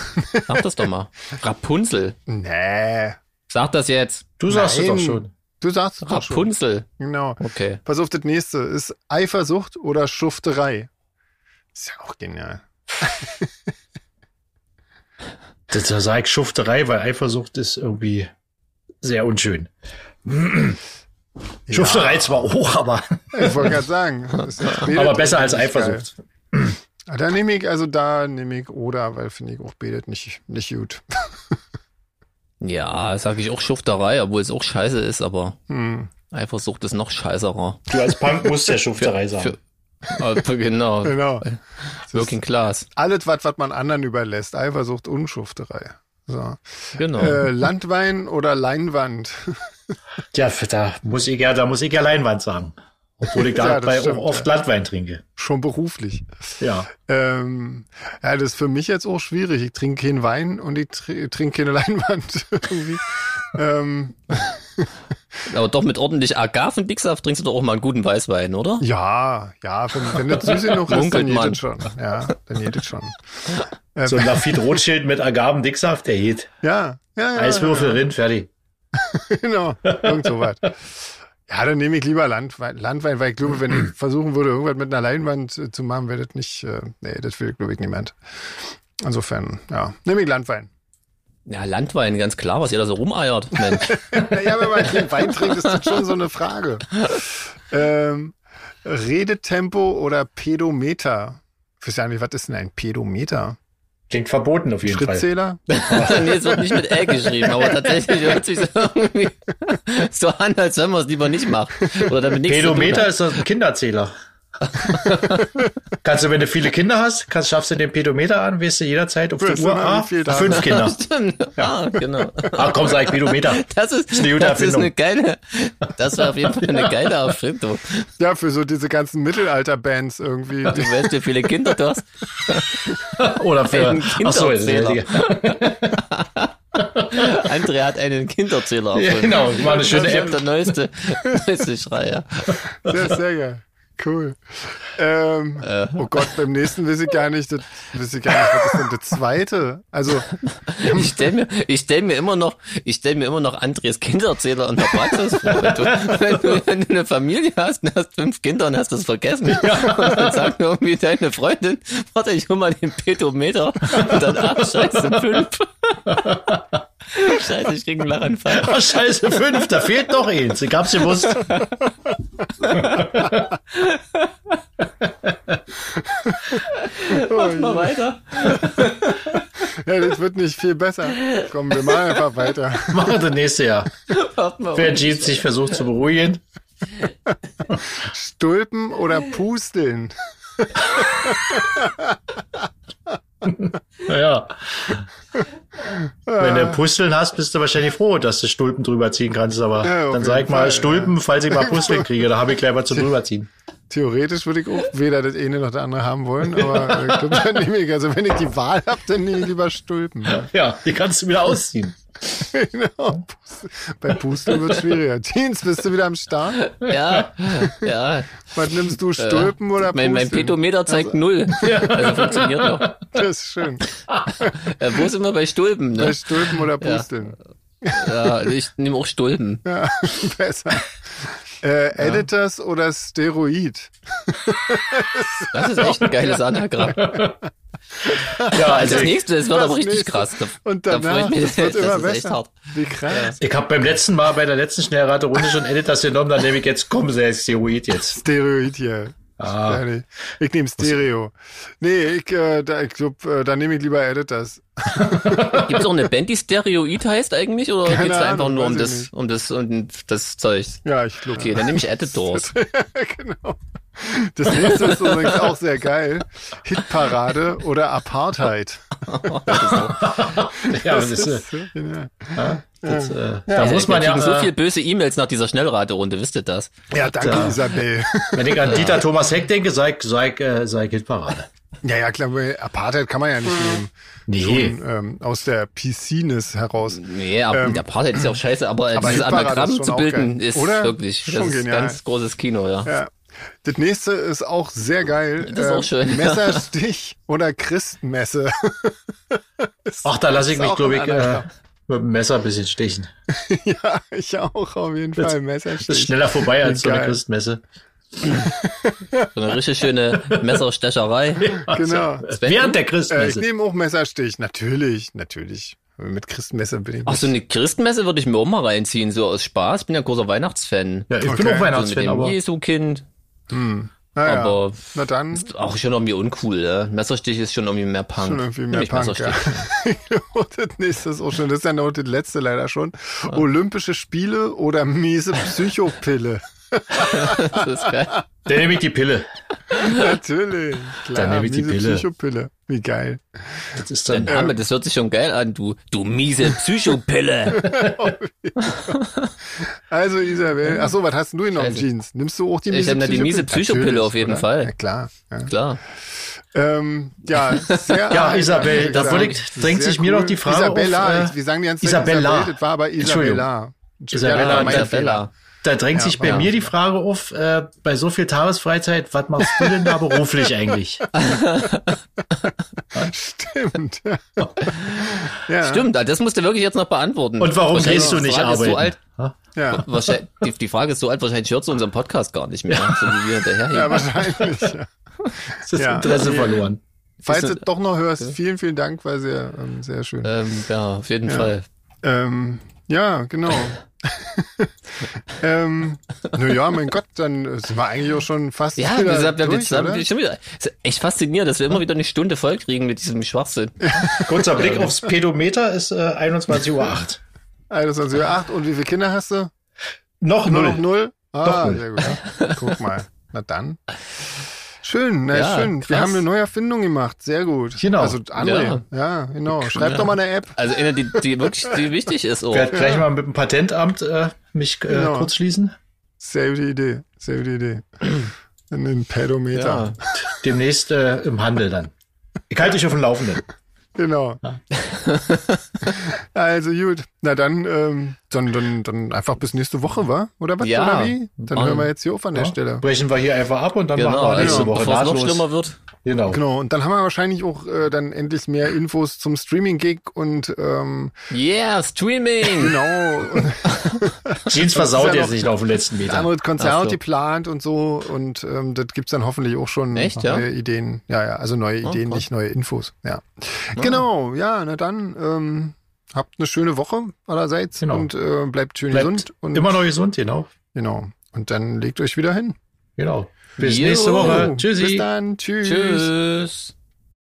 [SPEAKER 3] Sag das doch mal. Rapunzel.
[SPEAKER 2] Nee.
[SPEAKER 3] Sag das jetzt.
[SPEAKER 1] Du sagst es
[SPEAKER 2] Nein.
[SPEAKER 1] doch schon.
[SPEAKER 2] Du sagst
[SPEAKER 3] Ah,
[SPEAKER 2] es doch schon.
[SPEAKER 3] Rapunzel.
[SPEAKER 2] Genau.
[SPEAKER 3] Okay.
[SPEAKER 2] Pass auf, das nächste ist Eifersucht oder Schufterei. Ist ja auch genial.
[SPEAKER 1] Das sage ich Schufterei, weil Eifersucht ist irgendwie sehr unschön. Schufterei zwar auch, aber,
[SPEAKER 2] Ich wollte gerade sagen. das ist- nee,
[SPEAKER 1] aber
[SPEAKER 2] das
[SPEAKER 1] besser als
[SPEAKER 2] ist nicht
[SPEAKER 1] Eifersucht.
[SPEAKER 2] geil. Da nehme ich, also da nehme ich oder, weil finde ich auch betet nicht, nicht gut.
[SPEAKER 3] Ja, sag ich auch Schufterei, obwohl es auch scheiße ist, aber
[SPEAKER 2] Hm.
[SPEAKER 3] Eifersucht ist noch scheißerer.
[SPEAKER 1] Du als Punk musst ja Schufterei sagen.
[SPEAKER 3] Für, also genau.
[SPEAKER 2] Genau.
[SPEAKER 3] Working Class.
[SPEAKER 2] Alles, was, was man anderen überlässt. Eifersucht und Schufterei. So.
[SPEAKER 3] Genau.
[SPEAKER 2] Äh, Landwein oder Leinwand?
[SPEAKER 1] Ja, da muss ich ja, da muss ich ja Leinwand sagen. Obwohl ich
[SPEAKER 2] Ja, das
[SPEAKER 1] dabei
[SPEAKER 2] stimmt,
[SPEAKER 1] auch oft
[SPEAKER 2] ja.
[SPEAKER 1] Landwein trinke.
[SPEAKER 2] Schon beruflich.
[SPEAKER 1] Ja.
[SPEAKER 2] Ähm, ja, das ist für mich jetzt auch schwierig. Ich trinke keinen Wein und ich tr trinke keine Leinwand. irgendwie. ähm,
[SPEAKER 3] aber doch mit ordentlich Agavendicksaft trinkst du doch auch mal einen guten Weißwein, oder?
[SPEAKER 2] ja, ja, wenn, wenn das süß genug ist, dann
[SPEAKER 3] Munkelt
[SPEAKER 2] geht
[SPEAKER 3] man.
[SPEAKER 2] das schon. Ja, dann geht das schon.
[SPEAKER 1] So ein Lafite Rothschild mit Agabendicksaft, der geht.
[SPEAKER 2] Ja, ja, ja.
[SPEAKER 1] Eiswürfel, Rind, fertig.
[SPEAKER 2] Genau, irgend sowas. Ja, dann nehme ich lieber Landwein, Landwein, weil ich glaube, wenn ich versuchen würde, irgendwas mit einer Leinwand äh, zu machen, wäre das nicht, äh, nee, das will, glaube ich, niemand. Insofern, ja, nehme ich Landwein.
[SPEAKER 3] Ja, Landwein, ganz klar, was ihr da so rumeiert. Mensch.
[SPEAKER 2] Naja, wenn man keinen Wein trinkt, ist das schon so eine Frage. Ähm, Redetempo oder Pedometer? Ich weiß ja nicht, was ist denn ein Pedometer?
[SPEAKER 1] Klingt verboten auf jeden Fall.
[SPEAKER 2] Schrittzähler?
[SPEAKER 3] nee, es wird nicht mit L geschrieben, aber tatsächlich hört sich so irgendwie so an, als wenn man es lieber nicht macht. Oder damit nichts zu tun
[SPEAKER 1] Pedometer
[SPEAKER 3] hat.
[SPEAKER 1] ist das ein Kinderzähler. kannst du, wenn du viele Kinder hast, kannst, schaffst du den Pedometer an, weißt du jederzeit auf die
[SPEAKER 2] Wirst du
[SPEAKER 1] Uhr,
[SPEAKER 2] mal
[SPEAKER 1] ah,
[SPEAKER 2] wie viel da
[SPEAKER 1] fünf
[SPEAKER 2] hast.
[SPEAKER 1] Kinder.
[SPEAKER 3] Stimmt. Ah, genau.
[SPEAKER 1] Ah, komm, sag ich Pedometer.
[SPEAKER 3] Das ist,
[SPEAKER 1] Ist eine gute
[SPEAKER 3] das ist
[SPEAKER 1] Erfindung.
[SPEAKER 3] eine geile, das war auf jeden Fall eine geile Erfindung.
[SPEAKER 2] Ja, für so diese ganzen Mittelalter-Bands irgendwie.
[SPEAKER 3] Du weißt, wie viele Kinder du hast.
[SPEAKER 1] Oder für,
[SPEAKER 3] Einen
[SPEAKER 1] ach so, das ist
[SPEAKER 3] Kinderzähler.
[SPEAKER 1] richtig.
[SPEAKER 3] André hat einen Kinderzähler erfunden.
[SPEAKER 1] Ja, genau, war eine schöne
[SPEAKER 3] das ist
[SPEAKER 1] App.
[SPEAKER 3] der neueste, neueste Schreier.
[SPEAKER 2] Sehr, sehr geil. Cool. Ähm,
[SPEAKER 1] Äh.
[SPEAKER 2] Oh Gott, beim nächsten weiß ich gar nicht, das, weiß ich gar nicht, was ist denn der zweite? Also,
[SPEAKER 3] Ich stell mir, ich stell mir immer noch, ich stell mir immer noch Andres Kinderzähler und der Praxis vor. Wenn du, wenn, du, wenn du eine Familie hast und hast fünf Kinder und hast das vergessen. Und dann sagt mir irgendwie deine Freundin, warte, ich hol mal den Pedometer und dann, ach, scheiße, fünf. Scheiße, ich krieg einen Lachanfall.
[SPEAKER 1] Ah, scheiße, fünf, da fehlt noch eins. Ich hab's gewusst.
[SPEAKER 3] Mach mal weiter.
[SPEAKER 2] ja, das wird nicht viel besser. Kommen wir mal einfach weiter.
[SPEAKER 1] Machen wir das nächste Jahr.
[SPEAKER 3] Mach
[SPEAKER 2] Oh,
[SPEAKER 3] mal
[SPEAKER 1] Wer
[SPEAKER 3] weiter.
[SPEAKER 1] Jeans sich versucht zu beruhigen.
[SPEAKER 2] Stulpen oder Pusteln?
[SPEAKER 1] Naja. Wenn
[SPEAKER 2] Ah.
[SPEAKER 1] du Pusteln hast, bist du wahrscheinlich froh, dass du Stulpen drüber ziehen kannst. Aber
[SPEAKER 2] Ja, auf
[SPEAKER 1] dann sag
[SPEAKER 2] jeden
[SPEAKER 1] ich mal
[SPEAKER 2] Fall,
[SPEAKER 1] Stulpen, falls ich mal Pusteln kriege. Da habe ich gleich mal zum drüberziehen.
[SPEAKER 2] Theoretisch würde ich auch weder das eine noch das andere haben wollen, aber äh, ich glaub, dann nehme ich, also wenn ich die Wahl habe, dann nehme ich lieber Stulpen. Ja.
[SPEAKER 1] Ja, die kannst du wieder ausziehen.
[SPEAKER 2] Genau. Pusteln. Bei Pusteln wird es schwieriger. Jeans, bist du wieder am Start?
[SPEAKER 3] Ja, ja.
[SPEAKER 2] Was nimmst du, Stulpen oder Pusteln?
[SPEAKER 3] Äh, Mein, mein Pedometer zeigt null. Also funktioniert noch.
[SPEAKER 2] Das ist schön.
[SPEAKER 3] Äh, wo sind wir bei Stulpen?
[SPEAKER 2] Bei
[SPEAKER 3] Ne?
[SPEAKER 2] Stulpen oder Pusteln?
[SPEAKER 3] Ja, ich nehme auch Stulpen.
[SPEAKER 2] Ja, besser. Äh, Editors oder Steroid?
[SPEAKER 3] Das ist echt ein geiles Anagramm.
[SPEAKER 1] Ja,
[SPEAKER 3] Also
[SPEAKER 1] also
[SPEAKER 3] das
[SPEAKER 1] ich,
[SPEAKER 3] nächste, das wird
[SPEAKER 2] Das
[SPEAKER 3] aber richtig
[SPEAKER 2] nächste.
[SPEAKER 3] krass. Da,
[SPEAKER 2] Und
[SPEAKER 3] da freu
[SPEAKER 2] danach,
[SPEAKER 3] ich mich,
[SPEAKER 2] das wird immer
[SPEAKER 3] ist echt
[SPEAKER 2] besser.
[SPEAKER 3] hart.
[SPEAKER 2] Wie krass.
[SPEAKER 1] ich habe beim letzten Mal, bei der letzten Schnellrate-Runde schon Editors genommen. Dann nehme ich jetzt, komm, sehr Steroid jetzt.
[SPEAKER 2] Steroid hier.
[SPEAKER 1] Ah.
[SPEAKER 2] Ehrlich. Ich nehme Stereo. Nee, ich, äh, da, ich glaub, äh, da nehme ich lieber Editors.
[SPEAKER 3] Gibt es auch eine Band, die Steroid heißt eigentlich? Oder
[SPEAKER 2] Keine
[SPEAKER 3] geht es einfach
[SPEAKER 2] Ahnung,
[SPEAKER 3] nur um
[SPEAKER 2] weiß ich
[SPEAKER 3] das,
[SPEAKER 2] nicht.
[SPEAKER 3] um das und das Zeug?
[SPEAKER 2] Ja, ich glaube.
[SPEAKER 3] Okay, dann nehme ich Editors.
[SPEAKER 2] genau. Das nächste ist übrigens auch sehr geil. Hitparade oder Apartheid.
[SPEAKER 1] Ja, das ist, äh,
[SPEAKER 2] Genial.
[SPEAKER 1] das, äh, da muss man
[SPEAKER 3] Wir
[SPEAKER 1] ja,
[SPEAKER 3] kriegen so
[SPEAKER 1] äh,
[SPEAKER 3] viele böse E-Mails nach dieser Schnellraterunde, wisst ihr das?
[SPEAKER 2] Ja, danke,
[SPEAKER 1] Ja.
[SPEAKER 2] Isabel.
[SPEAKER 1] äh, wenn ich an Dieter Thomas Heck denke, sei, sei, äh, sei Hitparade.
[SPEAKER 2] ja, ja, klar, weil Apartheid kann man ja nicht nehmen.
[SPEAKER 1] Nee.
[SPEAKER 2] Schon, ähm, aus der PC-Ness heraus.
[SPEAKER 3] Nee, aber der Part ist ja auch scheiße, aber,
[SPEAKER 2] Ähm, aber
[SPEAKER 3] dieses
[SPEAKER 2] Hitparade ist
[SPEAKER 3] Anagramm
[SPEAKER 2] schon
[SPEAKER 3] zu
[SPEAKER 2] auch
[SPEAKER 3] bilden
[SPEAKER 2] geil.
[SPEAKER 3] ist
[SPEAKER 2] Oder?
[SPEAKER 3] wirklich, das
[SPEAKER 2] Schon
[SPEAKER 3] ist
[SPEAKER 2] genial.
[SPEAKER 3] ganz großes Kino, ja.
[SPEAKER 2] Ja. Das nächste ist auch sehr geil. ähm,
[SPEAKER 3] Das ist auch schön.
[SPEAKER 2] Messerstich oder Christmesse.
[SPEAKER 1] Ach, da lasse ich
[SPEAKER 2] Ist
[SPEAKER 1] mich,
[SPEAKER 2] auch
[SPEAKER 1] glaube ich,
[SPEAKER 2] ein
[SPEAKER 1] äh,
[SPEAKER 2] Anagramm.
[SPEAKER 1] mit dem Messer ein bisschen stechen.
[SPEAKER 2] ja, ich auch auf jeden
[SPEAKER 1] Das-
[SPEAKER 2] Fall.
[SPEAKER 1] Das ist
[SPEAKER 2] Messerstich.
[SPEAKER 1] schneller vorbei als so eine
[SPEAKER 2] Geil.
[SPEAKER 1] Christmesse.
[SPEAKER 3] So eine richtig schöne Messerstecherei.
[SPEAKER 2] Genau.
[SPEAKER 1] Während der
[SPEAKER 2] Äh, ich
[SPEAKER 1] Christmesse.
[SPEAKER 2] nehme auch Messerstich. Natürlich, natürlich. Mit Christmesse bin ich.
[SPEAKER 3] Ach, so eine Christmesse würde ich mir auch mal reinziehen, so aus Spaß. Bin ja großer Weihnachtsfan.
[SPEAKER 1] ja, ich bin auch
[SPEAKER 2] Okay.
[SPEAKER 3] Also mit
[SPEAKER 1] Weihnachtsfan,
[SPEAKER 3] dem
[SPEAKER 1] aber
[SPEAKER 3] Jesu-Kind.
[SPEAKER 2] naja.
[SPEAKER 3] aber-
[SPEAKER 2] Na dann.
[SPEAKER 3] Auch schon irgendwie uncool, ne? Messerstich ist schon irgendwie mehr Punk.
[SPEAKER 2] Schon irgendwie
[SPEAKER 3] Nimm
[SPEAKER 2] mehr
[SPEAKER 3] ich
[SPEAKER 2] Punk. Ja.
[SPEAKER 3] Messerstich.
[SPEAKER 2] Und das nächste ist auch schon, das ist dann auch das letzte leider schon. Olympische Spiele oder miese Psychopille?
[SPEAKER 3] Das ist geil.
[SPEAKER 1] dann nehme ich die Pille.
[SPEAKER 2] Natürlich. Klar,
[SPEAKER 1] Dann nehme ich die
[SPEAKER 2] miese
[SPEAKER 1] Pille.
[SPEAKER 2] Psychopille. Wie geil.
[SPEAKER 1] Das ist
[SPEAKER 3] Dein
[SPEAKER 1] dann,
[SPEAKER 3] Name, das hört sich schon geil an, du, du miese Psychopille.
[SPEAKER 2] Also Isabel, ach so, was hast denn du denn noch im
[SPEAKER 1] Also,
[SPEAKER 3] Scheiße.
[SPEAKER 2] Jeans? Nimmst du auch die
[SPEAKER 3] Ich
[SPEAKER 2] miese
[SPEAKER 3] hab da die miese Psychopille
[SPEAKER 2] Natürlich,
[SPEAKER 3] auf jeden
[SPEAKER 2] oder?
[SPEAKER 3] Fall.
[SPEAKER 2] Ja, klar. Ja,
[SPEAKER 3] Klar.
[SPEAKER 2] ähm, ja, sehr
[SPEAKER 1] ja,
[SPEAKER 2] arg,
[SPEAKER 1] Isabel,
[SPEAKER 2] ehrlich
[SPEAKER 1] da
[SPEAKER 2] gesagt.
[SPEAKER 1] würde ich, drängt
[SPEAKER 2] Sehr
[SPEAKER 1] sich mir
[SPEAKER 2] cool.
[SPEAKER 1] doch die Frage
[SPEAKER 2] Isabella,
[SPEAKER 1] auf, äh,
[SPEAKER 2] wir sagen die ganze Zeit
[SPEAKER 1] Isabella.
[SPEAKER 2] Isabel, das war aber Isabella.
[SPEAKER 1] Isabella,
[SPEAKER 2] Ja, mein
[SPEAKER 1] Isabella.
[SPEAKER 2] Fehler.
[SPEAKER 1] da drängt sich bei
[SPEAKER 3] ja.
[SPEAKER 1] mir die Frage auf, äh, bei so viel Tagesfreizeit, was machst du denn da beruflich eigentlich?
[SPEAKER 2] Stimmt. ja,
[SPEAKER 3] Stimmt, also das musst du wirklich jetzt noch beantworten.
[SPEAKER 1] Und warum
[SPEAKER 3] Wahrscheinlich
[SPEAKER 1] gehst du
[SPEAKER 3] die
[SPEAKER 1] nicht
[SPEAKER 3] Frage ist
[SPEAKER 1] arbeiten?
[SPEAKER 3] So alt,
[SPEAKER 2] Ja.
[SPEAKER 3] wahrscheinlich, die, die Frage ist so alt, wahrscheinlich hört sie unseren Podcast gar nicht mehr, so wie wir hinterher
[SPEAKER 2] ja, wahrscheinlich. Ja.
[SPEAKER 1] Das ist
[SPEAKER 2] Ja.
[SPEAKER 1] Interesse verloren.
[SPEAKER 2] Falls du
[SPEAKER 3] Ist
[SPEAKER 2] es doch noch hörst, vielen, vielen Dank, war sehr, ähm, sehr schön.
[SPEAKER 3] ähm, ja, auf jeden Fall.
[SPEAKER 2] Ähm, ja, genau. ähm, naja, mein Gott, dann äh, sind wir eigentlich auch schon fast
[SPEAKER 3] Ja,
[SPEAKER 2] wieder
[SPEAKER 3] wir sind, wir haben
[SPEAKER 2] durch,
[SPEAKER 3] jetzt, wir haben
[SPEAKER 2] oder?
[SPEAKER 3] jetzt schon wieder, es ist echt faszinierend, dass wir immer wieder eine Stunde voll kriegen mit diesem Schwachsinn.
[SPEAKER 1] Kurzer Blick aufs Pedometer ist äh, 21.08 Uhr.
[SPEAKER 2] Also, also, acht. Und wie viele Kinder hast du?
[SPEAKER 1] Noch
[SPEAKER 2] Nur
[SPEAKER 1] null.
[SPEAKER 2] noch null? Ah,
[SPEAKER 1] null.
[SPEAKER 2] sehr gut. Guck mal. Na dann. Schön, na,
[SPEAKER 3] Ja,
[SPEAKER 2] schön. Wir
[SPEAKER 3] krass.
[SPEAKER 2] haben eine neue Erfindung gemacht. Sehr gut.
[SPEAKER 1] Genau.
[SPEAKER 2] Also André. Ja, genau. Schreib doch mal eine App.
[SPEAKER 3] Also eine, die, die wirklich die wichtig ist. Oh.
[SPEAKER 1] werde gleich mal mit dem Patentamt äh, mich äh,
[SPEAKER 2] Genau.
[SPEAKER 1] kurz schließen.
[SPEAKER 2] Sehr gute Idee. Sehr gute Idee. In den Pedometer.
[SPEAKER 3] Ja.
[SPEAKER 1] Demnächst äh, im Handel dann. Ich halte dich auf dem Laufenden.
[SPEAKER 2] Genau. also gut. Na dann, ähm, dann, dann, dann einfach bis nächste Woche, wa? Oder was?
[SPEAKER 3] Ja.
[SPEAKER 2] Oder wie? Dann
[SPEAKER 3] Mann.
[SPEAKER 2] hören wir jetzt hier auf an der Stelle.
[SPEAKER 1] Brechen wir hier einfach ab und dann
[SPEAKER 3] Genau,
[SPEAKER 1] machen wir nächste
[SPEAKER 3] also,
[SPEAKER 1] Woche
[SPEAKER 3] bevor es noch
[SPEAKER 1] nahtlos.
[SPEAKER 3] schlimmer wird.
[SPEAKER 1] Genau.
[SPEAKER 2] Genau, und dann haben wir wahrscheinlich auch äh, dann endlich mehr Infos zum Streaming-Gig und ähm,
[SPEAKER 3] Yeah, Streaming!
[SPEAKER 2] genau, und
[SPEAKER 1] Jeans
[SPEAKER 2] Das
[SPEAKER 1] versaut
[SPEAKER 2] ist ja
[SPEAKER 1] jetzt
[SPEAKER 2] noch-
[SPEAKER 1] nicht auf den letzten
[SPEAKER 2] ein
[SPEAKER 1] Meter.
[SPEAKER 2] anderes Konzert
[SPEAKER 3] Ach so.
[SPEAKER 2] geplant und so und ähm, das gibt's dann hoffentlich auch schon
[SPEAKER 3] Echt, ja? Oh,
[SPEAKER 2] neue Ideen. Ja, ja, also neue Ideen,
[SPEAKER 3] krass.
[SPEAKER 2] nicht neue Infos. Ja. Genau, ja, na dann ähm, habt eine schöne Woche allerseits
[SPEAKER 1] Genau.
[SPEAKER 2] und äh, bleibt schön
[SPEAKER 1] Bleibt
[SPEAKER 2] gesund und
[SPEAKER 1] immer noch gesund, genau.
[SPEAKER 2] genau. Und dann legt euch wieder hin.
[SPEAKER 1] Genau. Bis
[SPEAKER 3] Jo.
[SPEAKER 1] nächste Woche.
[SPEAKER 2] Bis
[SPEAKER 1] Tschüssi.
[SPEAKER 2] dann, tschüss.
[SPEAKER 3] Tschüss.